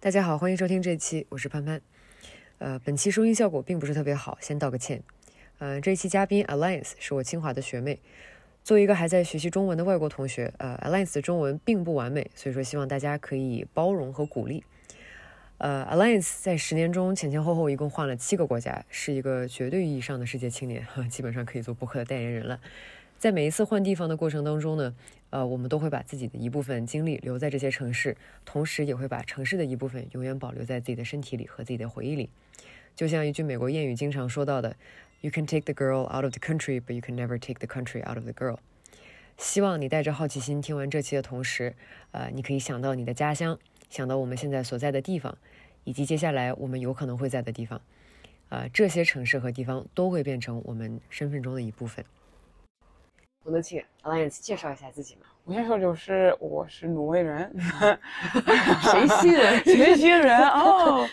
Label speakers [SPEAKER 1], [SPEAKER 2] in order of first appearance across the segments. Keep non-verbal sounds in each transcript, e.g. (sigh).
[SPEAKER 1] 大家好，欢迎收听这期，我是潘潘。呃，本期收音效果并不是特别好，先道个歉。呃，这一期嘉宾 Alliance 是我清华的学妹。作为一个还在学习中文的外国同学，呃，Alliance 的中文并不完美，所以说希望大家可以包容和鼓励。呃，Alliance 在十年中前前后后一共换了七个国家，是一个绝对意义上的世界青年， (laughs) 呵基本上可以做播客的代言人了。在每一次换地方的过程当中呢，呃，我们都会把自己的一部分精力留在这些城市，同时也会把城市的一部分永远保留在自己的身体里和自己的回忆里。就像一句美国谚语经常说到的：“You can take the girl out of the country, but you can never take the country out of the girl。”希望你带着好奇心听完这期的同时，呃，你可以想到你的家乡，想到我们现在所在的地方，以及接下来我们有可能会在的地方。呃，这些城市和地方都会变成我们身份中的一部分。我们请 Alliance 介绍一下自己嘛？
[SPEAKER 2] 我先说就是我是挪威人，
[SPEAKER 1] 嗯
[SPEAKER 2] (laughs)
[SPEAKER 1] 谁信？
[SPEAKER 2] 学习人
[SPEAKER 1] (laughs)
[SPEAKER 2] 哦。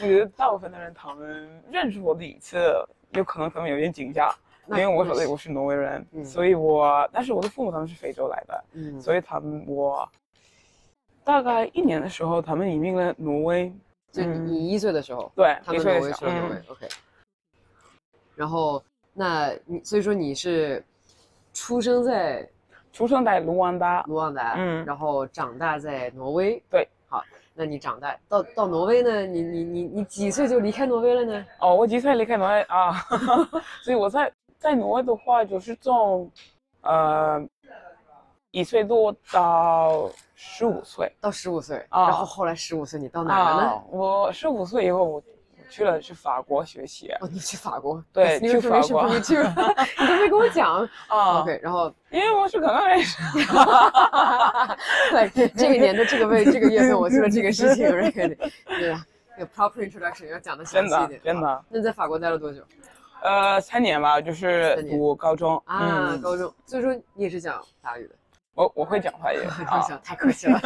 [SPEAKER 2] 我觉得大部分的人他们认识我的一次，有可能他们有点惊讶，
[SPEAKER 1] 那
[SPEAKER 2] 因为我
[SPEAKER 1] 那
[SPEAKER 2] 说的
[SPEAKER 1] 是
[SPEAKER 2] 我是挪威人，
[SPEAKER 1] 嗯
[SPEAKER 2] 所以我但是我的父母他们是非洲来的，
[SPEAKER 1] 嗯，
[SPEAKER 2] 所以他们我大概一年的时候他们移民了挪威，
[SPEAKER 1] 就
[SPEAKER 2] 嗯
[SPEAKER 1] 你一岁的时候，
[SPEAKER 2] 对，
[SPEAKER 1] 他
[SPEAKER 2] 一
[SPEAKER 1] 们
[SPEAKER 2] 岁
[SPEAKER 1] 挪
[SPEAKER 2] 的
[SPEAKER 1] 威
[SPEAKER 2] 小
[SPEAKER 1] 去了挪
[SPEAKER 2] 嗯
[SPEAKER 1] 威，OK。然后，那你所以说你是出生在
[SPEAKER 2] 出生在卢旺达，
[SPEAKER 1] 卢旺达，
[SPEAKER 2] 嗯
[SPEAKER 1] 然后长大在挪威，
[SPEAKER 2] 对。
[SPEAKER 1] 好，那你长大到到挪威呢？你你你你几岁就离开挪威了呢？
[SPEAKER 2] 哦，我几岁离开挪威啊？ (laughs) 所以我在在挪威的话，就是从呃一岁多到十五岁
[SPEAKER 1] 到十五岁，
[SPEAKER 2] 啊
[SPEAKER 1] 然后后来十五岁你到哪儿了呢？。
[SPEAKER 2] 我十五岁以后，我我去了去法国学习
[SPEAKER 1] 哦， (laughs) 你去法国，
[SPEAKER 2] 对
[SPEAKER 1] That's new
[SPEAKER 2] 去法
[SPEAKER 1] information
[SPEAKER 2] 国
[SPEAKER 1] for me too 你都没跟我
[SPEAKER 2] (laughs)
[SPEAKER 1] 讲。
[SPEAKER 2] 啊
[SPEAKER 1] OK，然后
[SPEAKER 2] 因为我是刚刚认识。
[SPEAKER 1] (laughs) 对，这个年的这个位这个月份，我做了这个事情 r i g 对啊，那个 proper introduction 要讲的详
[SPEAKER 2] 真
[SPEAKER 1] 细一啊
[SPEAKER 2] 的
[SPEAKER 1] 点。
[SPEAKER 2] 真
[SPEAKER 1] 好。
[SPEAKER 2] 的，
[SPEAKER 1] 那你在法国待了多久
[SPEAKER 2] 呃，三年吧，就
[SPEAKER 1] 三
[SPEAKER 2] 是
[SPEAKER 1] 年
[SPEAKER 2] 读高中
[SPEAKER 1] 啊？
[SPEAKER 2] 嗯
[SPEAKER 1] 高中，所以说你也是讲法语的，
[SPEAKER 2] 我我会讲
[SPEAKER 1] (laughs)
[SPEAKER 2] 法语
[SPEAKER 1] 太
[SPEAKER 2] 啊，
[SPEAKER 1] 想太客气了。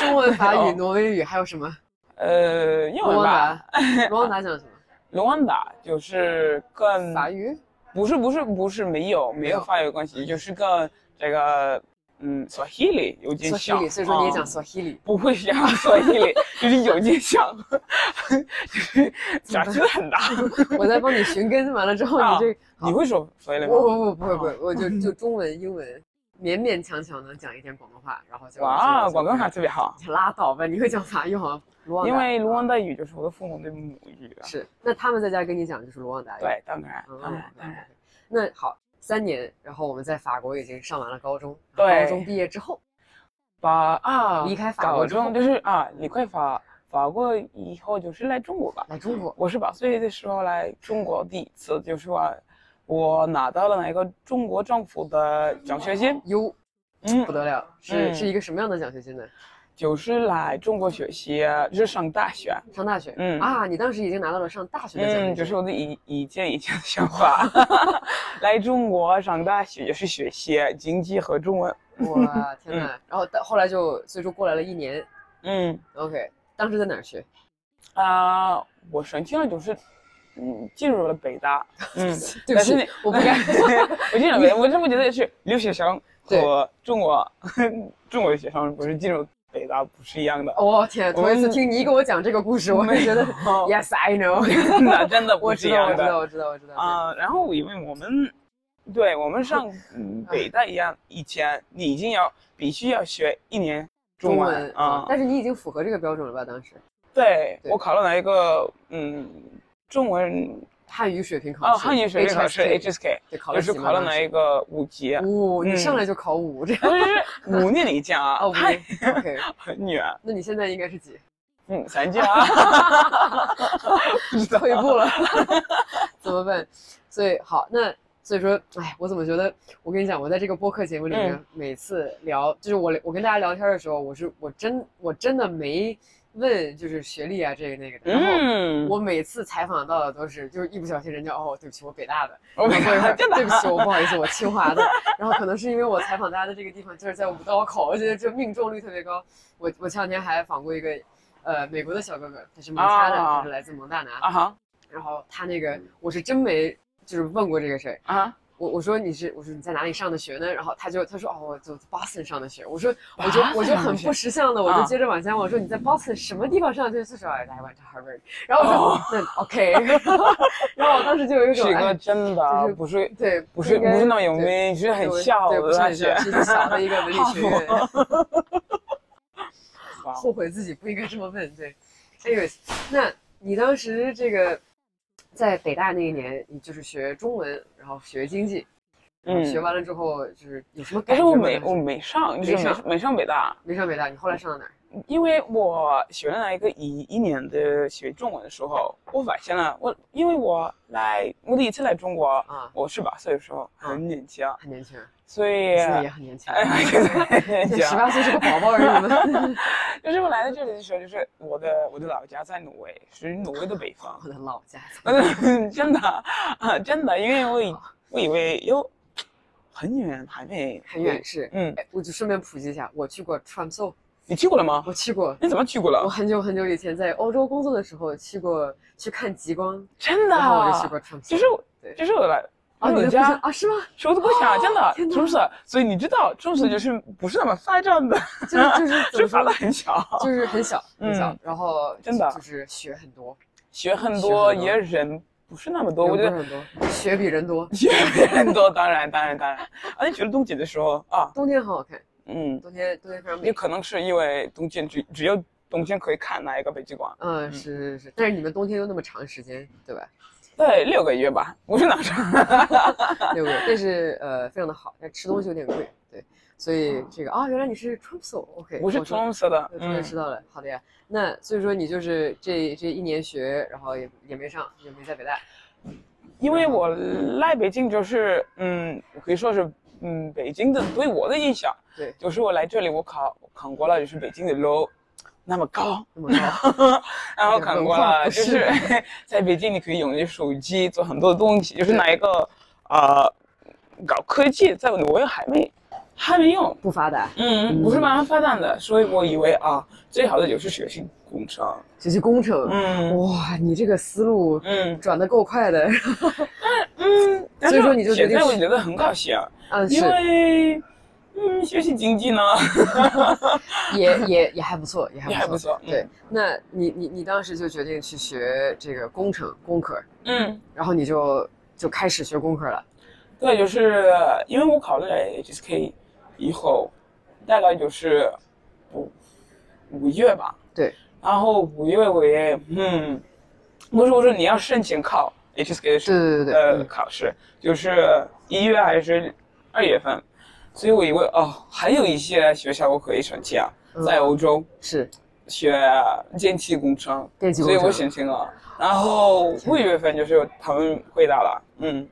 [SPEAKER 1] 中文、法语、
[SPEAKER 2] 哦
[SPEAKER 1] 挪威语还有什么？
[SPEAKER 2] 呃，英
[SPEAKER 1] 卢
[SPEAKER 2] 文
[SPEAKER 1] 旺
[SPEAKER 2] 吧，
[SPEAKER 1] 达，
[SPEAKER 2] (laughs)
[SPEAKER 1] 卢旺达讲什么？
[SPEAKER 2] 卢旺达就是跟
[SPEAKER 1] 法语？
[SPEAKER 2] 不是不是不是没有没
[SPEAKER 1] 有
[SPEAKER 2] 有发有关系，就是跟这个嗯索希里有点
[SPEAKER 1] 索希
[SPEAKER 2] 像。
[SPEAKER 1] 里，所以说你也讲
[SPEAKER 2] 嗯
[SPEAKER 1] 索希里。
[SPEAKER 2] 不会讲索
[SPEAKER 1] (laughs)
[SPEAKER 2] 希里，就是有点像，就是长得很
[SPEAKER 1] (laughs)
[SPEAKER 2] 大。
[SPEAKER 1] 我在帮你寻根，完了之后
[SPEAKER 2] 啊
[SPEAKER 1] 你这好
[SPEAKER 2] 你会说索希里
[SPEAKER 1] 我
[SPEAKER 2] 吗？
[SPEAKER 1] 我我不会不会，我
[SPEAKER 2] (laughs)
[SPEAKER 1] 就就中文、英文勉勉强强能讲一点广东话，然后就
[SPEAKER 2] 哇，
[SPEAKER 1] 就就
[SPEAKER 2] 广东话特别好，
[SPEAKER 1] 你拉倒吧，你会讲法语好像卢旺达
[SPEAKER 2] 因为卢旺达语就是我的父母的母语啊。
[SPEAKER 1] 是，那他们在家跟你讲就是卢旺达语。
[SPEAKER 2] 对，当然，
[SPEAKER 1] 嗯，
[SPEAKER 2] 当然，当然。
[SPEAKER 1] 那好，三年，然后我们在法国已经上完了高中，
[SPEAKER 2] 对
[SPEAKER 1] 高中毕业之后，
[SPEAKER 2] 把啊，
[SPEAKER 1] 离开法国
[SPEAKER 2] 高
[SPEAKER 1] 之后
[SPEAKER 2] 中就是啊，离开法法国以后就是来中国吧。
[SPEAKER 1] 来中国，
[SPEAKER 2] 我是八岁的时候来中国第一次，就是我我拿到了那个中国政府的奖学金，
[SPEAKER 1] 哟，
[SPEAKER 2] 嗯
[SPEAKER 1] 哦不，得了，是、是一个什么样的奖学金呢？
[SPEAKER 2] 就是来中国学习，就是上大学，
[SPEAKER 1] 上大学，
[SPEAKER 2] 嗯
[SPEAKER 1] 啊，你当时已经拿到了上大学的奖学金，
[SPEAKER 2] 嗯，就是我的一一件一件的想法，来中国上大学就是学习经济和中文，
[SPEAKER 1] 我天呐，然后到后来就所以说过来了一年
[SPEAKER 2] 嗯
[SPEAKER 1] ，OK，当时在哪儿学？
[SPEAKER 2] 啊、我申请了就是。嗯，进入了北大，嗯，
[SPEAKER 1] 对不起
[SPEAKER 2] 但是你
[SPEAKER 1] 我不
[SPEAKER 2] (laughs)
[SPEAKER 1] 该
[SPEAKER 2] 我进入了北大，我这么觉得是留学生
[SPEAKER 1] 对
[SPEAKER 2] 和中国中国的学生不是进入北大不是一样的，
[SPEAKER 1] 哦天，头一次
[SPEAKER 2] 嗯
[SPEAKER 1] 听你给我讲这个故事，我会觉得
[SPEAKER 2] (laughs) 哦
[SPEAKER 1] ，Yes I know，
[SPEAKER 2] (laughs)
[SPEAKER 1] (laughs)
[SPEAKER 2] 那真 (laughs) 的
[SPEAKER 1] 我
[SPEAKER 2] 不是
[SPEAKER 1] 知
[SPEAKER 2] 一
[SPEAKER 1] 道，我
[SPEAKER 2] 样
[SPEAKER 1] 知道，
[SPEAKER 2] 的
[SPEAKER 1] 我知道，我知道，
[SPEAKER 2] 啊、然后因为我们，对我们 (laughs) 上嗯北大一样，以前你已经要必须要学一年
[SPEAKER 1] 中
[SPEAKER 2] 中
[SPEAKER 1] 文
[SPEAKER 2] 文
[SPEAKER 1] 啊
[SPEAKER 2] 啊、，
[SPEAKER 1] 但是你已经符合这个标准了吧？当时
[SPEAKER 2] 对
[SPEAKER 1] 对
[SPEAKER 2] 我考了哪一个嗯中文
[SPEAKER 1] 汉语水平考
[SPEAKER 2] 啊
[SPEAKER 1] 试，
[SPEAKER 2] 汉语水平考试
[SPEAKER 1] HSK
[SPEAKER 2] HSK，
[SPEAKER 1] 对，考
[SPEAKER 2] 就
[SPEAKER 1] 了
[SPEAKER 2] 是
[SPEAKER 1] 几
[SPEAKER 2] 考
[SPEAKER 1] 门
[SPEAKER 2] 了
[SPEAKER 1] 当
[SPEAKER 2] 哪
[SPEAKER 1] 时
[SPEAKER 2] 一个五级。
[SPEAKER 1] 五，你
[SPEAKER 2] 嗯
[SPEAKER 1] 上来就考五，这样
[SPEAKER 2] 但是五年以 (laughs) 前啊，
[SPEAKER 1] 哦，五
[SPEAKER 2] 太 (laughs)
[SPEAKER 1] OK。
[SPEAKER 2] 很远，
[SPEAKER 1] 那你现在应该是几？
[SPEAKER 2] 嗯，三级
[SPEAKER 1] (laughs)
[SPEAKER 2] 啊，不知道
[SPEAKER 1] 退步
[SPEAKER 2] (laughs)
[SPEAKER 1] 了，怎么办？所以好，那所以说，哎，我怎么觉得？我跟你讲，我在这个播客节目里面，
[SPEAKER 2] 嗯
[SPEAKER 1] 每次聊，就是我我跟大家聊天的时候，我是我真我真的没问，就是学历啊这个那个的，然后。
[SPEAKER 2] 嗯，
[SPEAKER 1] 我每次采访到的都是，就是一不小心人家哦，对不起，我北大的，
[SPEAKER 2] 我
[SPEAKER 1] 然后过一会儿
[SPEAKER 2] 真的
[SPEAKER 1] 对不起，我不好意思，我清华的。然后可能是因为我采访大家的这个地方就是在五道口，我觉得这命中率特别高。我我前两天还访过一个呃美国的小哥哥，他是蒙掐的，
[SPEAKER 2] 啊
[SPEAKER 1] 他是来自蒙大拿。
[SPEAKER 2] (laughs) 啊哈
[SPEAKER 1] 然后他那个我是真没就是问过这个事儿，
[SPEAKER 2] 啊哈，
[SPEAKER 1] 我我说你是我说你在哪里上的学呢？然后他就他说哦我就 Boston 上的学。我说我就
[SPEAKER 2] Boston
[SPEAKER 1] 我就很不识相的，我就
[SPEAKER 2] 啊
[SPEAKER 1] 接着往下问，我说你在 Boston 什么地方上的学？他说哎，I went to Harvard。然后我
[SPEAKER 2] 哦
[SPEAKER 1] 说那 OK，然后我当时就有一种
[SPEAKER 2] 是一个
[SPEAKER 1] 哎
[SPEAKER 2] 真
[SPEAKER 1] 就
[SPEAKER 2] 的
[SPEAKER 1] 是
[SPEAKER 2] 不是
[SPEAKER 1] 对
[SPEAKER 2] 不是
[SPEAKER 1] 应该
[SPEAKER 2] 不是那么有
[SPEAKER 1] 对
[SPEAKER 2] 名，是很
[SPEAKER 1] 对
[SPEAKER 2] 小
[SPEAKER 1] 对不
[SPEAKER 2] 的
[SPEAKER 1] 是
[SPEAKER 2] 大
[SPEAKER 1] 很小
[SPEAKER 2] 学，
[SPEAKER 1] 是很小的一个文理学院。
[SPEAKER 2] (laughs) 哇
[SPEAKER 1] 后悔自己不应该这么问。对，anyways，那你当时这个在北大那一年，你就是学中文，然后学经济，然后
[SPEAKER 2] 嗯
[SPEAKER 1] 学完了之后就是有什么
[SPEAKER 2] 可
[SPEAKER 1] 感
[SPEAKER 2] 是
[SPEAKER 1] 觉
[SPEAKER 2] 我
[SPEAKER 1] 吗？
[SPEAKER 2] 没
[SPEAKER 1] 当
[SPEAKER 2] 我
[SPEAKER 1] 时
[SPEAKER 2] 没上，就
[SPEAKER 1] 没
[SPEAKER 2] 是没
[SPEAKER 1] 上
[SPEAKER 2] 没上北大，
[SPEAKER 1] 没上北大，你后来上了哪儿？
[SPEAKER 2] 因为我学了一个一一年的学中文的时候，我发现了我，因为我来我第一次来中国，
[SPEAKER 1] 啊，
[SPEAKER 2] 我十八岁的时候
[SPEAKER 1] 嗯
[SPEAKER 2] 很年轻，
[SPEAKER 1] 很年轻，
[SPEAKER 2] 所以
[SPEAKER 1] 你是不是也很年轻？
[SPEAKER 2] (laughs)
[SPEAKER 1] 啊
[SPEAKER 2] 哎，对很年
[SPEAKER 1] (laughs)
[SPEAKER 2] 轻，啊
[SPEAKER 1] 十八岁是个宝宝而已
[SPEAKER 2] (laughs)
[SPEAKER 1] 嘛。
[SPEAKER 2] 就是我来到这里的时候，就是我的我的老家在挪威，是挪威的北方
[SPEAKER 1] 我。的老家，
[SPEAKER 2] 嗯， (laughs) 真的啊，真的，因为我以我以为有很远，还没
[SPEAKER 1] 很远。是。
[SPEAKER 2] 嗯，
[SPEAKER 1] 哎，我就顺便普及一下，我去过 Tromso，
[SPEAKER 2] 你去过了吗？
[SPEAKER 1] 我去过。
[SPEAKER 2] 你怎么去过
[SPEAKER 1] 我
[SPEAKER 2] 了？
[SPEAKER 1] 很久很久以前在欧洲工作的时候去过去看极光，
[SPEAKER 2] 真的
[SPEAKER 1] 然后我就
[SPEAKER 2] 啊
[SPEAKER 1] 去，过 Tromso。
[SPEAKER 2] 就是我
[SPEAKER 1] 对
[SPEAKER 2] 就是我来
[SPEAKER 1] 啊，你
[SPEAKER 2] 我
[SPEAKER 1] 的故乡
[SPEAKER 2] 家。
[SPEAKER 1] 啊是吗？
[SPEAKER 2] 是我的故乡，真的，
[SPEAKER 1] 哦天哪
[SPEAKER 2] 是不是？所以你知道，中式就是不是那么发展的，
[SPEAKER 1] 就是就是怎
[SPEAKER 2] 就
[SPEAKER 1] 么
[SPEAKER 2] 发
[SPEAKER 1] 说
[SPEAKER 2] 的
[SPEAKER 1] 呢，
[SPEAKER 2] 很小，
[SPEAKER 1] 就是很小很小
[SPEAKER 2] 嗯，
[SPEAKER 1] 然后
[SPEAKER 2] 真的
[SPEAKER 1] 就是学很多，
[SPEAKER 2] 学很
[SPEAKER 1] 学
[SPEAKER 2] 多
[SPEAKER 1] 很多
[SPEAKER 2] 也人不是那么多，我
[SPEAKER 1] 人多
[SPEAKER 2] 觉得
[SPEAKER 1] 很多，学比人多。
[SPEAKER 2] 学很多，当然当然啊当然。而且觉得冬季的时候啊，
[SPEAKER 1] 冬天很好看，
[SPEAKER 2] 嗯，
[SPEAKER 1] 冬天冬天非常
[SPEAKER 2] 也
[SPEAKER 1] 美。
[SPEAKER 2] 可能是因为冬天只只有冬天可以看那一个北极光，
[SPEAKER 1] 嗯，是是是，但是你们冬天又那么长时间，对
[SPEAKER 2] (laughs)
[SPEAKER 1] 吧？
[SPEAKER 2] 对，六个月吧，不是那种。
[SPEAKER 1] 对不对？但是呃，非常的好，但吃东西有点贵，对，所以这个啊，原来你是 Trump so，OK，
[SPEAKER 2] 哦我是
[SPEAKER 1] 我说
[SPEAKER 2] 棕色的
[SPEAKER 1] 我，突然
[SPEAKER 2] 嗯
[SPEAKER 1] 知，道了，好的呀。那所以说你就是这这一年学，然后也也没上，也没在北大，
[SPEAKER 2] 因为我来北京就是，嗯，我可以说是，嗯，北京的对我的印象，
[SPEAKER 1] 对，
[SPEAKER 2] 就是我来这里，我考考过了，就是北京的楼那么高， (laughs)
[SPEAKER 1] 那么高，
[SPEAKER 2] 然后考过了，就
[SPEAKER 1] 有
[SPEAKER 2] 是 (laughs) 在北京你可以用你的手机做很多东西，就是拿一个，呃，搞科技，在挪威还没还没用，
[SPEAKER 1] 不发达，
[SPEAKER 2] 嗯，不是慢慢发展的，所以我以为啊，最好的就是学习工程，
[SPEAKER 1] 学习工程，
[SPEAKER 2] 嗯
[SPEAKER 1] 哇，你这个思路
[SPEAKER 2] 嗯
[SPEAKER 1] 转的够快的， (laughs)
[SPEAKER 2] 嗯，但
[SPEAKER 1] 所以
[SPEAKER 2] 是
[SPEAKER 1] 说你就决
[SPEAKER 2] 现
[SPEAKER 1] 定
[SPEAKER 2] 在我
[SPEAKER 1] 去
[SPEAKER 2] 觉得很高兴，
[SPEAKER 1] 嗯，
[SPEAKER 2] 因
[SPEAKER 1] 是
[SPEAKER 2] 为嗯，学习经
[SPEAKER 1] (laughs)
[SPEAKER 2] 济呢，
[SPEAKER 1] 也也也还不错，也还
[SPEAKER 2] 也还不错，嗯
[SPEAKER 1] 对，那你你你当时就决定去学这个工程工科，
[SPEAKER 2] 嗯，
[SPEAKER 1] 然后你就就开始学工科了。
[SPEAKER 2] 对，就是因为我考了哎 HSK 以后，大概就是五五月吧，
[SPEAKER 1] 对，
[SPEAKER 2] 然后五月我也嗯，不是我说你要申请考 HSK 的时
[SPEAKER 1] 对
[SPEAKER 2] 候。
[SPEAKER 1] 对对对，
[SPEAKER 2] 的
[SPEAKER 1] 嗯
[SPEAKER 2] 考试，就是一月还是二月份，所以我以为哦，还有一些学校我可以申请啊，
[SPEAKER 1] 嗯
[SPEAKER 2] 在欧洲
[SPEAKER 1] 是
[SPEAKER 2] 学电气工程，
[SPEAKER 1] 嗯电气工
[SPEAKER 2] 所以
[SPEAKER 1] 程。，
[SPEAKER 2] 我申请了。然后五月份就是他们回答了，嗯，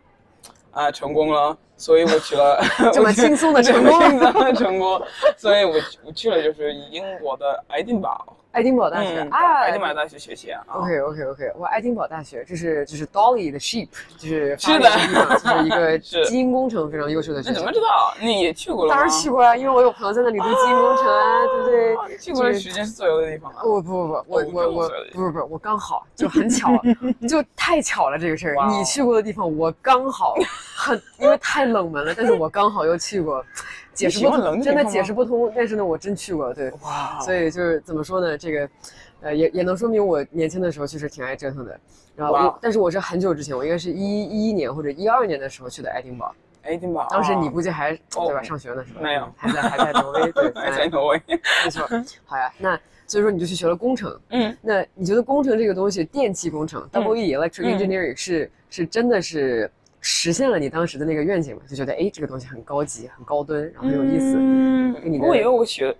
[SPEAKER 2] 啊、成功了，所以我去了
[SPEAKER 1] (laughs) 这么轻松地成功
[SPEAKER 2] 这么轻松的成功，所以我我去了就是英国的爱丁堡，
[SPEAKER 1] 爱丁堡大学、
[SPEAKER 2] 嗯，
[SPEAKER 1] 啊，哦
[SPEAKER 2] 爱丁堡。大学学习啊，
[SPEAKER 1] OK OK OK，哇，爱丁堡大学，这是就是 Dolly 的 Sheep，就是发
[SPEAKER 2] 是
[SPEAKER 1] 育
[SPEAKER 2] 的
[SPEAKER 1] 地方 (laughs) 就是一一个
[SPEAKER 2] 是
[SPEAKER 1] 基因工程非常优秀的学
[SPEAKER 2] 你怎
[SPEAKER 1] 校
[SPEAKER 2] 么。知道？你也去过了吗？
[SPEAKER 1] 当然去过啊，因为我有朋友在那里读基因工程啊，对不对？
[SPEAKER 2] 啊你去过的时间是最有的地方啊。
[SPEAKER 1] 我不不不，我
[SPEAKER 2] 哦
[SPEAKER 1] 我
[SPEAKER 2] 这
[SPEAKER 1] 我
[SPEAKER 2] 么帅
[SPEAKER 1] 不是不是，我刚好就很巧，
[SPEAKER 2] (laughs)
[SPEAKER 1] 就太巧了这个事儿。
[SPEAKER 2] 哇哦
[SPEAKER 1] 你去过的地方我刚好很，因为太冷门了，但是我刚好又去过，解释
[SPEAKER 2] 喜
[SPEAKER 1] 不
[SPEAKER 2] 欢冷
[SPEAKER 1] 通，
[SPEAKER 2] 的
[SPEAKER 1] 真
[SPEAKER 2] 地
[SPEAKER 1] 的
[SPEAKER 2] 方
[SPEAKER 1] 解
[SPEAKER 2] 吗
[SPEAKER 1] 释不通。但是呢，我真去过，对，
[SPEAKER 2] 哇哦
[SPEAKER 1] 所以就是怎么说呢，这个，呃，也也能说明我年轻的时候确实挺爱折腾的。然后
[SPEAKER 2] 哇
[SPEAKER 1] 我
[SPEAKER 2] 哦，
[SPEAKER 1] 但是我是很久之前，我应该是一一一年或者一二年的时候去的爱丁堡，
[SPEAKER 2] 爱丁堡，
[SPEAKER 1] 当时你估计还对吧
[SPEAKER 2] 哦
[SPEAKER 1] 上学呢是吧？
[SPEAKER 2] 没有
[SPEAKER 1] 还在还在挪威，对，
[SPEAKER 2] (laughs) 还在挪威？
[SPEAKER 1] (laughs) 没错。好呀，那所以说你就去学了工程。
[SPEAKER 2] 嗯，
[SPEAKER 1] 那你觉得工程这个东西，电气工程 （double E electric
[SPEAKER 2] 嗯
[SPEAKER 1] engineering） 是是真的是实现了你当时的那个愿景吗？就觉得哎，这个东西很高级、很高端，然后很有意思。跟你
[SPEAKER 2] 嗯，
[SPEAKER 1] 的
[SPEAKER 2] 我以为我学，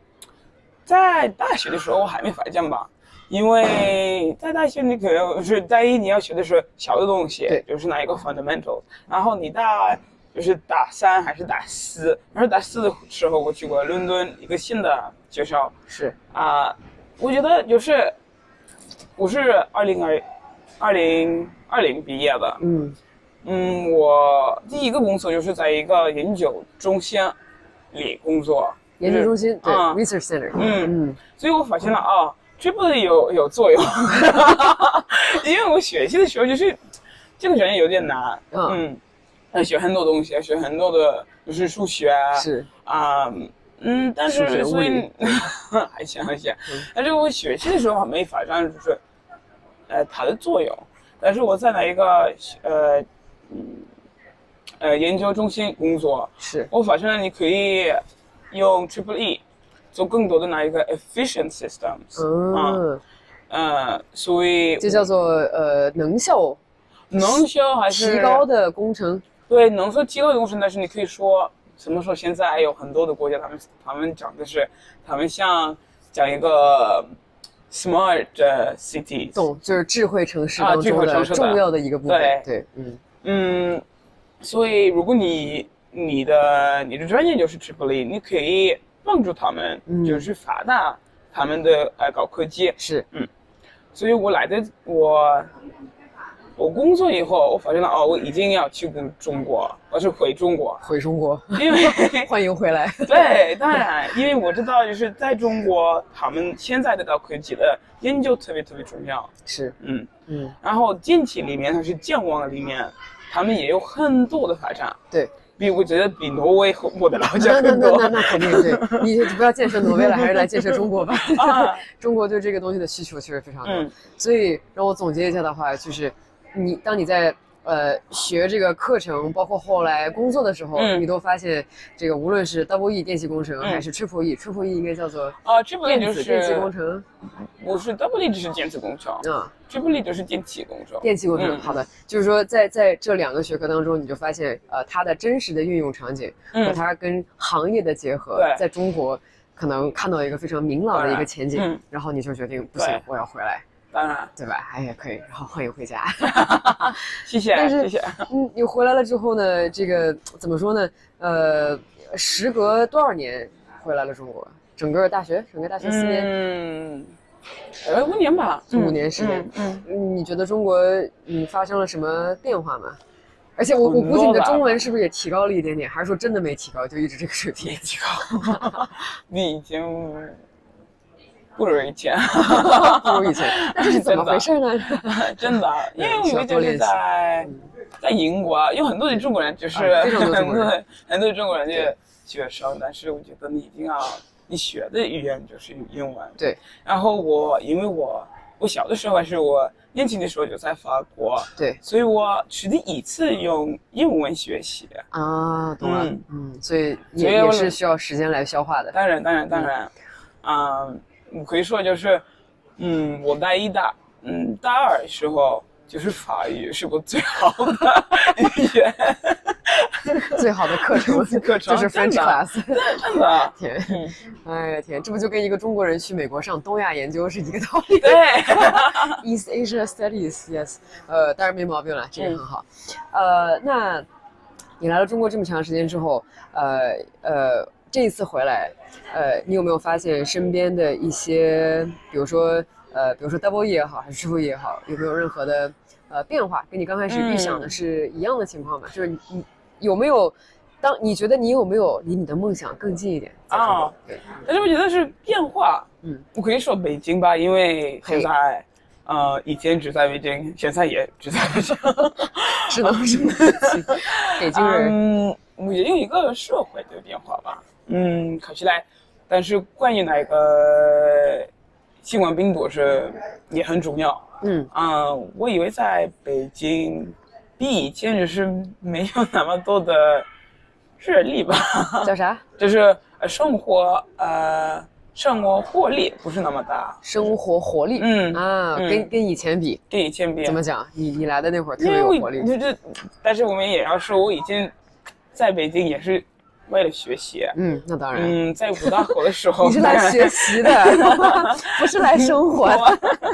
[SPEAKER 2] 在大学的时候我还没发现吧，因为在大学你可能是大一你要学的是小的东西
[SPEAKER 1] 对，
[SPEAKER 2] 就是那一个 fundamental，然后你大就是大三还是大四，然后大四的时候我去过伦敦一个新的学校
[SPEAKER 1] 是
[SPEAKER 2] 啊、我觉得就是我是二零二二零二零毕业的，
[SPEAKER 1] 嗯，
[SPEAKER 2] 嗯，我第一个工作就是在一个研究中心里工作，
[SPEAKER 1] 研究中心对
[SPEAKER 2] 啊
[SPEAKER 1] research center。
[SPEAKER 2] 嗯
[SPEAKER 1] 嗯
[SPEAKER 2] 所以我发现了啊，这不有有作用， (laughs) 因为我学习的时候就是这个专业有点难，
[SPEAKER 1] 嗯
[SPEAKER 2] 嗯，要学很多东西，要学很多的，就是数学啊，
[SPEAKER 1] 是
[SPEAKER 2] 啊，嗯，但
[SPEAKER 1] 数学
[SPEAKER 2] 是
[SPEAKER 1] 物
[SPEAKER 2] 所以嗯
[SPEAKER 1] 理
[SPEAKER 2] (laughs) 还行还行，但是我学习的时候还没发现就是，呃，它的作用。但是我在那一个呃，嗯，呃研究中心工作，
[SPEAKER 1] 是
[SPEAKER 2] 我发现了你可以用 Triple E 做更多的那一个 efficient systems，、
[SPEAKER 1] 嗯，
[SPEAKER 2] 呃，所以
[SPEAKER 1] 就叫做呃能效
[SPEAKER 2] 能效还是
[SPEAKER 1] 提高的工程，
[SPEAKER 2] 对，能说饥饿的东西，但是你可以说，怎么说？现在有很多的国家，他们他们讲的是，他们像讲一个 smart city，
[SPEAKER 1] 懂就是智慧城市
[SPEAKER 2] 啊
[SPEAKER 1] 当
[SPEAKER 2] 智
[SPEAKER 1] 中
[SPEAKER 2] 慧
[SPEAKER 1] 的
[SPEAKER 2] 城市的
[SPEAKER 1] 重要的一个部分。
[SPEAKER 2] 对
[SPEAKER 1] 对，嗯，
[SPEAKER 2] 嗯，所以如果你你的你的专业就是 Triple E，你可以帮助他们，
[SPEAKER 1] 嗯
[SPEAKER 2] 就是发达他们的呃高科技。
[SPEAKER 1] 是
[SPEAKER 2] 所以我来的我我工作以后，我发现了哦，我一定要去中中国，我是回中国，
[SPEAKER 1] 回中国， (laughs)
[SPEAKER 2] 因为。
[SPEAKER 1] 欢迎回来。 (laughs)
[SPEAKER 2] (laughs) 对，当然，因为我知道，就是在中国，他们现在的高科技的研究特别特别重要。
[SPEAKER 1] 是，
[SPEAKER 2] 嗯，
[SPEAKER 1] 嗯，
[SPEAKER 2] 然后近期里面还是健忘里面，他们也有很多的发展，
[SPEAKER 1] 对，
[SPEAKER 2] 比我觉得比挪威和我的 (laughs) 老
[SPEAKER 1] 那
[SPEAKER 2] 家
[SPEAKER 1] 那
[SPEAKER 2] 更
[SPEAKER 1] 那
[SPEAKER 2] 多
[SPEAKER 1] 那那肯定
[SPEAKER 2] (laughs)
[SPEAKER 1] 对，你不要建设挪威了，还是来建设中国吧。 (laughs)
[SPEAKER 2] 啊。
[SPEAKER 1] 中国对这个东西的需求确实非常大。
[SPEAKER 2] 嗯
[SPEAKER 1] 所以让我总结一下的话，就是你当你在呃学这个课程，包括后来工作的时候，
[SPEAKER 2] 嗯
[SPEAKER 1] 你都发现这个无论是 Double E 电气工程、还是 Triple E，Triple E 应该叫做
[SPEAKER 2] 啊，这不
[SPEAKER 1] 电
[SPEAKER 2] 就
[SPEAKER 1] 子电气工
[SPEAKER 2] 是
[SPEAKER 1] 程
[SPEAKER 2] 不是 W 只是电子工程，
[SPEAKER 1] 啊，
[SPEAKER 2] 这不里就是电气工程。
[SPEAKER 1] 电气工程。
[SPEAKER 2] 嗯
[SPEAKER 1] 好的，就是说在在这两个学科当中，你就发现呃它的真实的运用场景和
[SPEAKER 2] 嗯，
[SPEAKER 1] 它跟行业的结合，
[SPEAKER 2] 对
[SPEAKER 1] 在中国。可能看到一个非常明朗的一个前景，
[SPEAKER 2] 当然嗯
[SPEAKER 1] 然后你就决定不行
[SPEAKER 2] 对，
[SPEAKER 1] 我要回来，
[SPEAKER 2] 当然，
[SPEAKER 1] 对吧？哎，也可以，然后欢迎回家。 (laughs)
[SPEAKER 2] 谢谢
[SPEAKER 1] 但是
[SPEAKER 2] 谢谢。
[SPEAKER 1] 嗯，你回来了之后呢，这个怎么说呢？呃，时隔多少年回来了中国？整个大学，整个大学四年，
[SPEAKER 2] 嗯，呃，五年吧，嗯
[SPEAKER 1] 五年时间
[SPEAKER 2] 嗯嗯。
[SPEAKER 1] 嗯你觉得中国嗯发生了什么变化吗？而且我我
[SPEAKER 2] 很
[SPEAKER 1] 估计你
[SPEAKER 2] 多
[SPEAKER 1] 的
[SPEAKER 2] 吧
[SPEAKER 1] 中文是不是也提高了一点点？还是说真的没提高，就一直这个水平？
[SPEAKER 2] 提高，你已经不如以前， (laughs)
[SPEAKER 1] 不如以前，那这是怎么回事呢？ (laughs)
[SPEAKER 2] 真的，因
[SPEAKER 1] 嗯
[SPEAKER 2] 为我们就是在在英国，啊有很多的中国人，就是、
[SPEAKER 1] 啊非常多中国人
[SPEAKER 2] 很多 (laughs) 很多的中国人的学生，但是我觉得你一定要你学的语言就是英文。
[SPEAKER 1] 对，
[SPEAKER 2] 然后我因为我我小的时候还是我年轻的时候就在法国，
[SPEAKER 1] 对
[SPEAKER 2] 所以我是第一次用英文学习。
[SPEAKER 1] 啊，懂了
[SPEAKER 2] 嗯，
[SPEAKER 1] 嗯，所以
[SPEAKER 2] 所
[SPEAKER 1] 也
[SPEAKER 2] 以
[SPEAKER 1] 也
[SPEAKER 2] 我
[SPEAKER 1] 是需要时间来消化的。
[SPEAKER 2] 当然，当然，
[SPEAKER 1] 嗯
[SPEAKER 2] 当然，啊、我可以说就是，嗯，我大一大，嗯，大二的时候就是法语是我最好的 (laughs) 语言，
[SPEAKER 1] 最好的课 (laughs) 程
[SPEAKER 2] (laughs) 课程
[SPEAKER 1] 就是
[SPEAKER 2] 真
[SPEAKER 1] French
[SPEAKER 2] 的
[SPEAKER 1] class。 (laughs)
[SPEAKER 2] 真的，
[SPEAKER 1] 天
[SPEAKER 2] 嗯，
[SPEAKER 1] 哎呀天，这不就跟一个中国人去美国上东亚研究是一个道理？
[SPEAKER 2] (laughs) 对，
[SPEAKER 1] East Asia Studies，yes，呃，当然没毛病了，这个很好。呃，那你来了中国这么长时间之后，呃呃，这一次回来，呃，你有没有发现身边的一些，比如说呃，比如说 Double E 也好，还是 Triple E 也好，有没有任何的呃变化？跟你刚开始预想的是一样的情况吗？就是你你有没有？当你觉得你有没有离你的梦想更近一点？在中国
[SPEAKER 2] 哦，
[SPEAKER 1] 对，
[SPEAKER 2] 但是我觉得是变化，
[SPEAKER 1] 嗯，
[SPEAKER 2] 我可以说北京吧，因为现在，呃，以前只在北京，现在也只在
[SPEAKER 1] (laughs)
[SPEAKER 2] 北京，
[SPEAKER 1] 智能什么 (laughs) 东西？北京人，
[SPEAKER 2] 嗯，我也有一个社会的变化吧。嗯，看起来，但是关于那个新冠病毒是也很重要。
[SPEAKER 1] 嗯，
[SPEAKER 2] 嗯，我以为在北京比以前就是没有那么多的热力吧，
[SPEAKER 1] 嗯叫啥？
[SPEAKER 2] 就是呃生活呃生活活力不是那么大。
[SPEAKER 1] 生活活力，
[SPEAKER 2] 嗯
[SPEAKER 1] 啊，
[SPEAKER 2] 嗯
[SPEAKER 1] 跟跟以前比，
[SPEAKER 2] 跟以前比，
[SPEAKER 1] 怎么讲？你你来的那会儿特
[SPEAKER 2] 因
[SPEAKER 1] 别有
[SPEAKER 2] 为我
[SPEAKER 1] 活力，
[SPEAKER 2] 就就，但是我们也要说，我已经在北京也是为了学习。
[SPEAKER 1] 嗯，那当然，
[SPEAKER 2] 嗯，在五大口的嗯啊时候，
[SPEAKER 1] (laughs) 你是来
[SPEAKER 2] (laughs)
[SPEAKER 1] 学习的， (laughs) 不是来生活的，
[SPEAKER 2] 我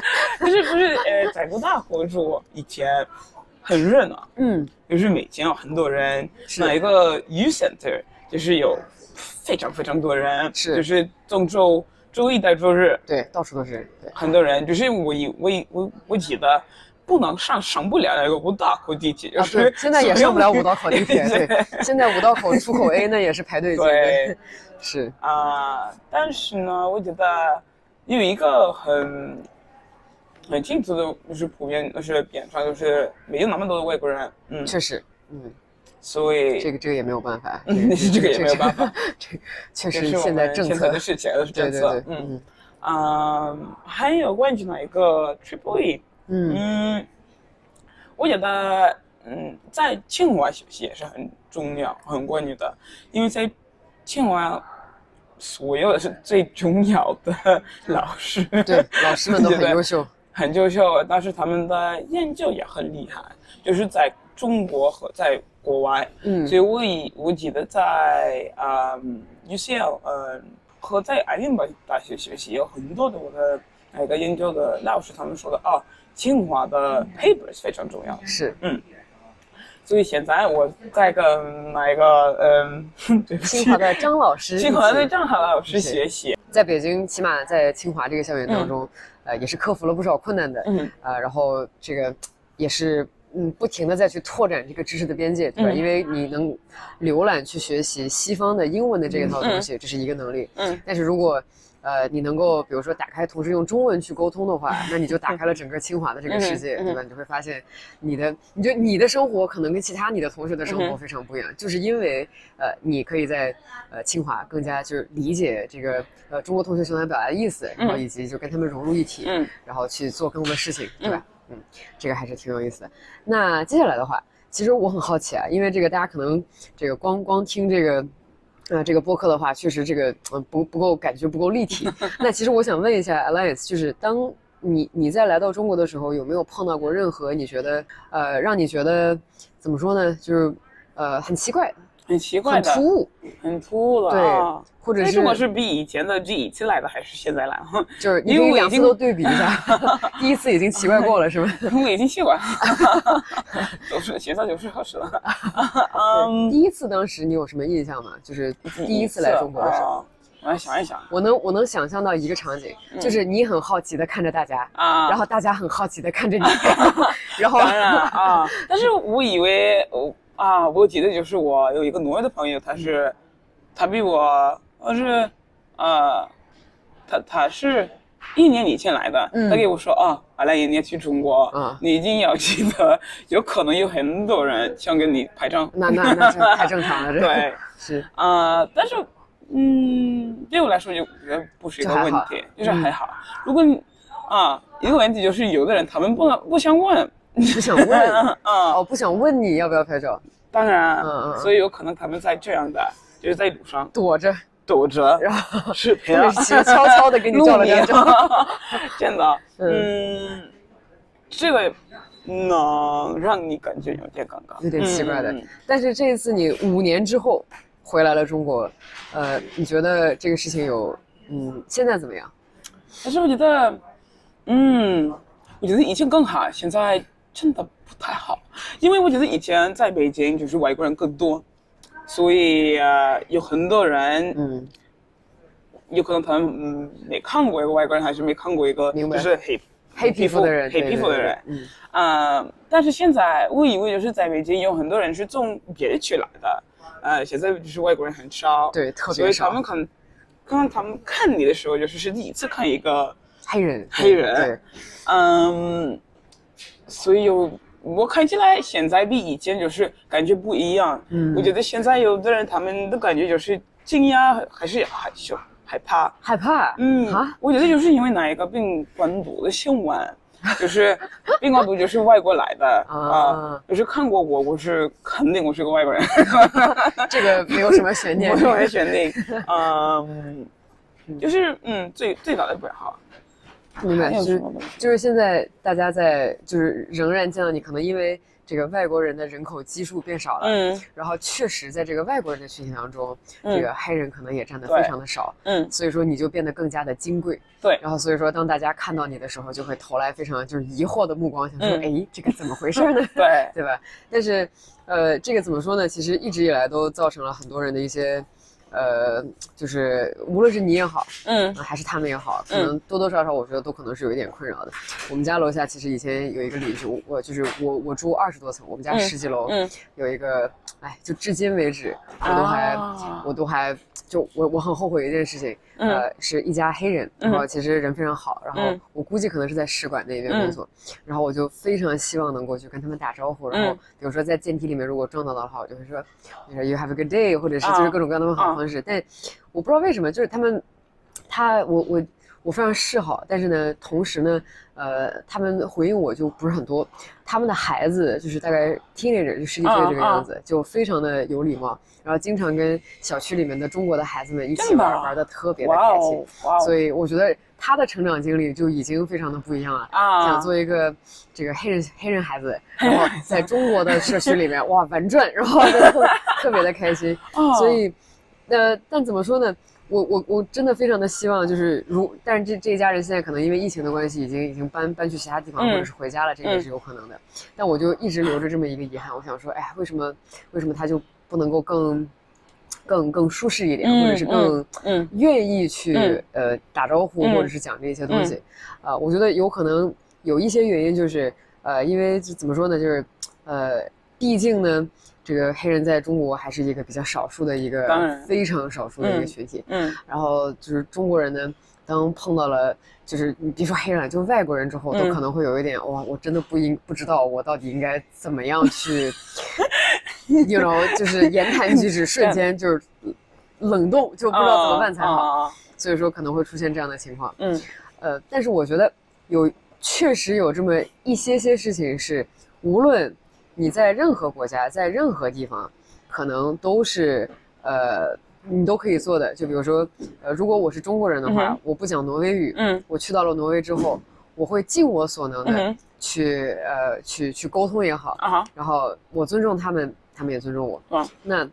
[SPEAKER 2] (laughs) 不是不是，呃，在五大口住以前很热闹，
[SPEAKER 1] 嗯，
[SPEAKER 2] 就是每天有很多人，
[SPEAKER 1] 是
[SPEAKER 2] 哪一个 U Center 就是有非常非常多人，
[SPEAKER 1] 是
[SPEAKER 2] 就是从周周一到周日
[SPEAKER 1] 对，到处都是人，对，
[SPEAKER 2] 很多人，就是我以我以我我记得。不能上上不了那个五大口地铁，就
[SPEAKER 1] 啊
[SPEAKER 2] 是、
[SPEAKER 1] 对，现在也上不了五道口地铁，
[SPEAKER 2] (laughs) 对
[SPEAKER 1] 对，现在五道口出口 A 那也是排
[SPEAKER 2] (laughs)
[SPEAKER 1] 队进
[SPEAKER 2] 对
[SPEAKER 1] 的，是，
[SPEAKER 2] 啊、但是呢，我觉得有一个很很清楚的，就是普遍就是变化，就是没有那么多的外国人，嗯，
[SPEAKER 1] 确实，嗯，
[SPEAKER 2] 所以
[SPEAKER 1] 这个这个也没有办法，
[SPEAKER 2] 嗯 (laughs) 这个也没有办法，
[SPEAKER 1] 这个确
[SPEAKER 2] 这
[SPEAKER 1] 实
[SPEAKER 2] 是我
[SPEAKER 1] 现在
[SPEAKER 2] 们
[SPEAKER 1] 政
[SPEAKER 2] 现
[SPEAKER 1] 策
[SPEAKER 2] 在的事情，
[SPEAKER 1] 对
[SPEAKER 2] 是政
[SPEAKER 1] 对
[SPEAKER 2] 策
[SPEAKER 1] 对，，
[SPEAKER 2] 嗯
[SPEAKER 1] 嗯
[SPEAKER 2] 啊，还有关于哪一个 Triple
[SPEAKER 1] 嗯
[SPEAKER 2] E，嗯，我觉得，嗯，在清华学习也是很重要、很关键的，因为在清华，所有的是最重要的老师，
[SPEAKER 1] 对，老师们都
[SPEAKER 2] 嗯对
[SPEAKER 1] 很
[SPEAKER 2] 对
[SPEAKER 1] 优秀，
[SPEAKER 2] (laughs) 很优秀，但是他们的研究也很厉害，就是在中国和在国外，
[SPEAKER 1] 嗯
[SPEAKER 2] 所以我以我记得在啊、嗯 UCL 呃和在爱丁堡大学学习，有很多的我的那个研究的老师他们说的啊，清华的
[SPEAKER 1] 嗯
[SPEAKER 2] papers 非常重要。
[SPEAKER 1] 是
[SPEAKER 2] 所以现在我在跟那个嗯， (laughs) 对不起，
[SPEAKER 1] 清华的张老师一起，
[SPEAKER 2] 清华的张涵老师学习，
[SPEAKER 1] 在北京，起码在清华这个校园当中，呃，也是克服了不少困难的，
[SPEAKER 2] 嗯
[SPEAKER 1] 呃，然后这个也是嗯，不停的再去拓展这个知识的边界，对吧？
[SPEAKER 2] 嗯
[SPEAKER 1] 因为你能浏览去学习西方的英文的这一套东西，这是一个能力。
[SPEAKER 2] 嗯，
[SPEAKER 1] 但是如果呃，你能够比如说打开，同时用中文去沟通的话，那你就打开了整个清华的这个世界，
[SPEAKER 2] 嗯嗯
[SPEAKER 1] 对吧？你就会发现，你的你就你的生活可能跟其他你的同学的生
[SPEAKER 2] 嗯
[SPEAKER 1] 活
[SPEAKER 2] 哼
[SPEAKER 1] 非常不一样，就是因为呃，你可以在呃清华更加就是理解这个呃中国同学想想表达的意思，然后
[SPEAKER 2] 嗯
[SPEAKER 1] 以及就跟他们融入一体，
[SPEAKER 2] 嗯
[SPEAKER 1] 然后去做更多的事情，对吧？嗯，这个还是挺有意思的。那接下来的话，其实我很好奇啊，因为这个大家可能这个光光听这个。呃，这个播客的话，确实这个嗯不不够感觉不够立
[SPEAKER 2] (laughs)
[SPEAKER 1] 体。那其实我想问一下 Alliance，就是当你你在来到中国的时候，有没有碰到过任何你觉得呃让你觉得怎么说呢，就是呃很奇怪、
[SPEAKER 2] 很奇怪
[SPEAKER 1] 很
[SPEAKER 2] 的，
[SPEAKER 1] 突兀，
[SPEAKER 2] 很突兀了啊。
[SPEAKER 1] 或者
[SPEAKER 2] 但
[SPEAKER 1] 是
[SPEAKER 2] 是我是比以前的这以前来的还是现在来？
[SPEAKER 1] 就是你
[SPEAKER 2] 因
[SPEAKER 1] 可
[SPEAKER 2] 为
[SPEAKER 1] 以
[SPEAKER 2] 我
[SPEAKER 1] 两次
[SPEAKER 2] 已经
[SPEAKER 1] 都对比一下， (laughs) 第一次已经奇怪过了是吧？
[SPEAKER 2] (laughs) 我已经习惯了，
[SPEAKER 1] (laughs)
[SPEAKER 2] 九十学校九十二十了。
[SPEAKER 1] 对
[SPEAKER 2] 嗯，
[SPEAKER 1] 第一次当时你有什么印象吗？就是第一次来中国的时候，
[SPEAKER 2] 啊，嗯我来想一想
[SPEAKER 1] 我能我能想象到一个场景，就是你很好奇的看着大家，
[SPEAKER 2] 嗯啊，
[SPEAKER 1] 然后大家很好奇的看
[SPEAKER 2] (laughs)
[SPEAKER 1] 着你，然后
[SPEAKER 2] 当然啊，但是我以为我啊，我记得就是我有一个挪威的朋友，他是他比我，我是呃，他他是一年以前来的，
[SPEAKER 1] 嗯
[SPEAKER 2] 他给我说啊，阿来你也去中国，
[SPEAKER 1] 啊，
[SPEAKER 2] 你一定要记得，有可能有很多人想跟你拍照
[SPEAKER 1] (laughs) 那那那是太正常了，这
[SPEAKER 2] 对
[SPEAKER 1] (laughs) 是
[SPEAKER 2] 啊、但是嗯，对我来说就呃不是一个
[SPEAKER 1] 就还
[SPEAKER 2] 问
[SPEAKER 1] 好嗯
[SPEAKER 2] 题，就是还好。如果你啊，一个问题就是有的人他们不不想问。
[SPEAKER 1] 不想问
[SPEAKER 2] 啊啊
[SPEAKER 1] 哦，不想问你要不要拍照，
[SPEAKER 2] 当然，
[SPEAKER 1] 嗯嗯
[SPEAKER 2] 所以有可能他们在这样的，就是在路上
[SPEAKER 1] 躲着，
[SPEAKER 2] 躲着
[SPEAKER 1] 然后
[SPEAKER 2] 视频啊
[SPEAKER 1] 但，是其实悄悄的给你
[SPEAKER 2] 录
[SPEAKER 1] 照了
[SPEAKER 2] 你
[SPEAKER 1] 张照，，
[SPEAKER 2] (laughs) 真的，
[SPEAKER 1] 嗯
[SPEAKER 2] 嗯，这个能让你感觉有点尴尬，
[SPEAKER 1] 有点奇怪的
[SPEAKER 2] 嗯。
[SPEAKER 1] 但是这一次你五年之后回来了中国，呃，你觉得这个事情有嗯现在怎么样？
[SPEAKER 2] 但是我觉得，嗯，我觉得以前更好，现在真的不太好，因为我觉得以前在北京就是外国人更多，所以、呃、有很多人
[SPEAKER 1] 嗯。
[SPEAKER 2] 有可能他们嗯没看过一个外国人，还是没看过一个
[SPEAKER 1] 明白
[SPEAKER 2] 就是黑
[SPEAKER 1] 黑皮肤的人，
[SPEAKER 2] 黑
[SPEAKER 1] 对
[SPEAKER 2] 皮肤的，人
[SPEAKER 1] 对。对对嗯，
[SPEAKER 2] 啊、但是现在我以为就是在北京有很多人是从别的区来的，呃，现在就是外国人很少，，
[SPEAKER 1] 对，特
[SPEAKER 2] 所
[SPEAKER 1] 别
[SPEAKER 2] 以他
[SPEAKER 1] 少
[SPEAKER 2] 们可能刚刚他们看你的时候，就是是第一次看一个，
[SPEAKER 1] 黑人，
[SPEAKER 2] 黑人
[SPEAKER 1] 对，
[SPEAKER 2] 嗯，所以有我看起来现在比以前就是感觉不一样，
[SPEAKER 1] 嗯
[SPEAKER 2] 我觉得现在有的人他们的感觉就是惊讶还是害羞害怕，
[SPEAKER 1] 害怕，
[SPEAKER 2] 嗯
[SPEAKER 1] 啊，
[SPEAKER 2] 我觉得就是因为哪一个病管毒的新闻， (laughs) 就是病管毒就是外国来的
[SPEAKER 1] 啊
[SPEAKER 2] 啊，就是看过我，我是肯定我是个外国 (laughs) 人，
[SPEAKER 1] 这个没有什么悬念 (laughs)
[SPEAKER 2] 我，是完全 (laughs) 定，嗯，就是嗯最最早的不好，
[SPEAKER 1] 明白，
[SPEAKER 2] 还有
[SPEAKER 1] 就
[SPEAKER 2] 什
[SPEAKER 1] 是
[SPEAKER 2] 么问题？
[SPEAKER 1] 就是现在大家在就是仍然见到你，可能因为这个外国人的人口基数变少了，
[SPEAKER 2] 嗯
[SPEAKER 1] 然后确实在这个外国人的群体当中，
[SPEAKER 2] 嗯
[SPEAKER 1] 这个黑人可能也占的
[SPEAKER 2] 对
[SPEAKER 1] 非常的少，
[SPEAKER 2] 嗯，
[SPEAKER 1] 所以说你就变得更加的金贵。
[SPEAKER 2] 对
[SPEAKER 1] 然后所以说当大家看到你的时候，就会投来非常就是疑惑的目光，想说，
[SPEAKER 2] 嗯
[SPEAKER 1] 哎，这个怎么回事呢？ (laughs)
[SPEAKER 2] 对，
[SPEAKER 1] 对吧？但是，呃，这个怎么说呢？其实一直以来都造成了很多人的一些，呃，就是无论是你也好，
[SPEAKER 2] 嗯
[SPEAKER 1] 呃还是他们也好，可能多多少少我觉得都可能是有一点困扰的。我们家楼下其实以前有一个邻居，我就是我我住二十多层，我们家
[SPEAKER 2] 嗯
[SPEAKER 1] 十几楼，
[SPEAKER 2] 嗯，
[SPEAKER 1] 有一个，哎，就至今为止我都还、
[SPEAKER 2] 啊
[SPEAKER 1] 我都还就我我很后悔一件事情，
[SPEAKER 2] 嗯
[SPEAKER 1] 呃，是一家黑人，
[SPEAKER 2] 嗯
[SPEAKER 1] 然后其实人非常好，然后
[SPEAKER 2] 嗯
[SPEAKER 1] 我估计可能是在使馆那边
[SPEAKER 2] 嗯
[SPEAKER 1] 工作，然后我就非常希望能过去跟他们打招呼，然后
[SPEAKER 2] 嗯
[SPEAKER 1] 比如说在电梯里面如果撞到的话，我就会说，就是 you have a good day，或者是
[SPEAKER 2] 啊
[SPEAKER 1] 就是各种各样的问
[SPEAKER 2] 啊
[SPEAKER 1] 好方式，但我不知道为什么，就是他们，他我我。我非常示好，但是呢，同时呢，呃，他们回应我就不是很多。他们的孩子就是大概 teenager 就十几岁
[SPEAKER 2] 嗯
[SPEAKER 1] 这个样子，就非常的有礼貌，然后经常跟小区里面的中国的孩子们一起
[SPEAKER 2] 真的
[SPEAKER 1] 玩，
[SPEAKER 2] 啊
[SPEAKER 1] 玩的特别的
[SPEAKER 2] 哇
[SPEAKER 1] 开
[SPEAKER 2] 哦
[SPEAKER 1] 心。
[SPEAKER 2] 哇哦
[SPEAKER 1] 所以我觉得他的成长经历就已经非常的不一样了。想
[SPEAKER 2] 啊，
[SPEAKER 1] 做一个这个黑人黑人孩
[SPEAKER 2] (laughs)
[SPEAKER 1] 子，然后在中国的社区里面哇玩转，然后就
[SPEAKER 2] (laughs)
[SPEAKER 1] 特特别的开心。
[SPEAKER 2] 哦
[SPEAKER 1] 所以，呃，但怎么说呢？我我我真的非常的希望，就是如，但是这这一家人现在可能因为疫情的关系，已经已经搬搬去其他地方，
[SPEAKER 2] 嗯
[SPEAKER 1] 或者是回家了，这个也
[SPEAKER 2] 嗯
[SPEAKER 1] 是有可能的。但我就一直留着这么一个遗憾，我想说，哎呀，为什么为什么他就不能够更更更舒适一点，
[SPEAKER 2] 嗯
[SPEAKER 1] 或者是更
[SPEAKER 2] 嗯
[SPEAKER 1] 愿意去、
[SPEAKER 2] 嗯
[SPEAKER 1] 呃打招呼，
[SPEAKER 2] 嗯
[SPEAKER 1] 或者是讲这些东西。啊、我觉得有可能有一些原因就是，呃，因为就怎么说呢，就是，呃，毕竟呢，这个黑人在中国还是一个比较少数的一个
[SPEAKER 2] 当然，
[SPEAKER 1] 非常少数的一个
[SPEAKER 2] 嗯
[SPEAKER 1] 群体。
[SPEAKER 2] 嗯
[SPEAKER 1] 然后就是中国人呢，当碰到了就是你别说黑人了，就外国人之后，都
[SPEAKER 2] 嗯
[SPEAKER 1] 可能会有一点、哇，我真的不应不知道我到底应该怎么样去，you know，就是言谈举止瞬间就是冷冻，
[SPEAKER 2] 哦
[SPEAKER 1] 就不知道怎么办才好。
[SPEAKER 2] 啊，啊啊
[SPEAKER 1] 所以说可能会出现这样的情况。
[SPEAKER 2] 嗯
[SPEAKER 1] 呃，但是我觉得有确实有这么一些些事情是，无论你在任何国家，在任何地方，可能都是呃你都可以做的。就比如说，呃，如果我是中国人的话，
[SPEAKER 2] 嗯哼
[SPEAKER 1] 我不讲挪威语，
[SPEAKER 2] 嗯
[SPEAKER 1] 我去到了挪威之后，我会尽我所能
[SPEAKER 2] 嗯
[SPEAKER 1] 的
[SPEAKER 2] 哼
[SPEAKER 1] 去、呃去去沟通也好，
[SPEAKER 2] 啊哈
[SPEAKER 1] 然后我尊重他们，他们也尊重我。
[SPEAKER 2] 嗯
[SPEAKER 1] 那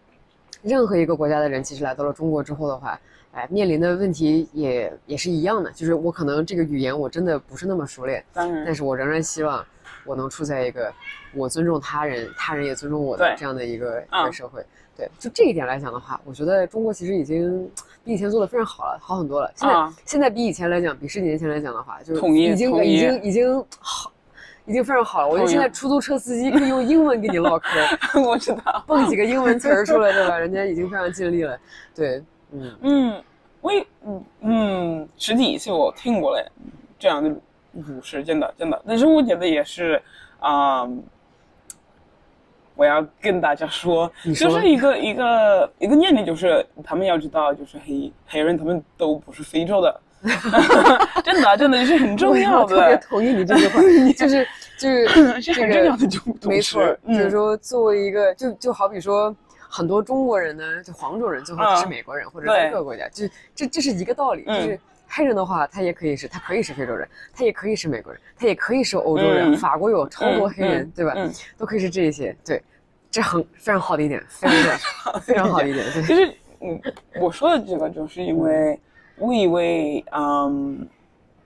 [SPEAKER 1] 任何一个国家的人，其实来到了中国之后的话，哎，面临的问题也也是一样的，就是我可能这个语言我真的不是那么熟练，
[SPEAKER 2] 当然
[SPEAKER 1] 但是我仍然希望我能处在一个我尊重他人，他人也尊重我的
[SPEAKER 2] 对
[SPEAKER 1] 这样的一个一
[SPEAKER 2] 嗯
[SPEAKER 1] 个社会。对，就这一点来讲的话，我觉得中国其实已经比以前做的非常好了，好很多了。现在、
[SPEAKER 2] 啊
[SPEAKER 1] 现在比以前来讲，比十几年前来讲的话，就是
[SPEAKER 2] 统一
[SPEAKER 1] 已经
[SPEAKER 2] 统一
[SPEAKER 1] 已经已经好，已经非常好了。我觉得
[SPEAKER 2] 统一
[SPEAKER 1] 现在出租车司机可以用英文跟你唠嗑，
[SPEAKER 2] (laughs) 我知道，
[SPEAKER 1] (laughs) 蹦几个英文词儿出来，对吧？人家已经非常尽力了。对，嗯，
[SPEAKER 2] 嗯，我也嗯嗯，实体秀我听过嘞，这样的故事真的真的，但是我觉得也是啊、我要跟大家说，
[SPEAKER 1] 你
[SPEAKER 2] 就
[SPEAKER 1] 说
[SPEAKER 2] 是一个一个一个念念，就是他们要知道，就是黑黑人他们都不是非洲的， (laughs) 真的真的就是很重要
[SPEAKER 1] 我特别
[SPEAKER 2] 的，
[SPEAKER 1] 同意你这句
[SPEAKER 2] (laughs)
[SPEAKER 1] 话，就是就是
[SPEAKER 2] 是
[SPEAKER 1] 这
[SPEAKER 2] 很
[SPEAKER 1] 个
[SPEAKER 2] 重要的种族
[SPEAKER 1] 没错儿，就是
[SPEAKER 2] 嗯
[SPEAKER 1] 说作为一个就就好比说。很多中国人呢，就黄种人，最后
[SPEAKER 2] 啊
[SPEAKER 1] 是美国人，或者在
[SPEAKER 2] 对
[SPEAKER 1] 各个国家，就这这是一个道理。就
[SPEAKER 2] 嗯
[SPEAKER 1] 是黑人的话，他也可以是，他可以是非洲人，他也可以是美国人，他也可以是欧洲人。
[SPEAKER 2] 嗯
[SPEAKER 1] 法国有超多黑人，
[SPEAKER 2] 嗯
[SPEAKER 1] 对吧？
[SPEAKER 2] 嗯
[SPEAKER 1] 都可以是这一些，对，这很非常好的一点，非
[SPEAKER 2] (laughs)
[SPEAKER 1] 常好，非常好的一点，对，
[SPEAKER 2] 其实，嗯，我说的这个，就是因为我以为，嗯，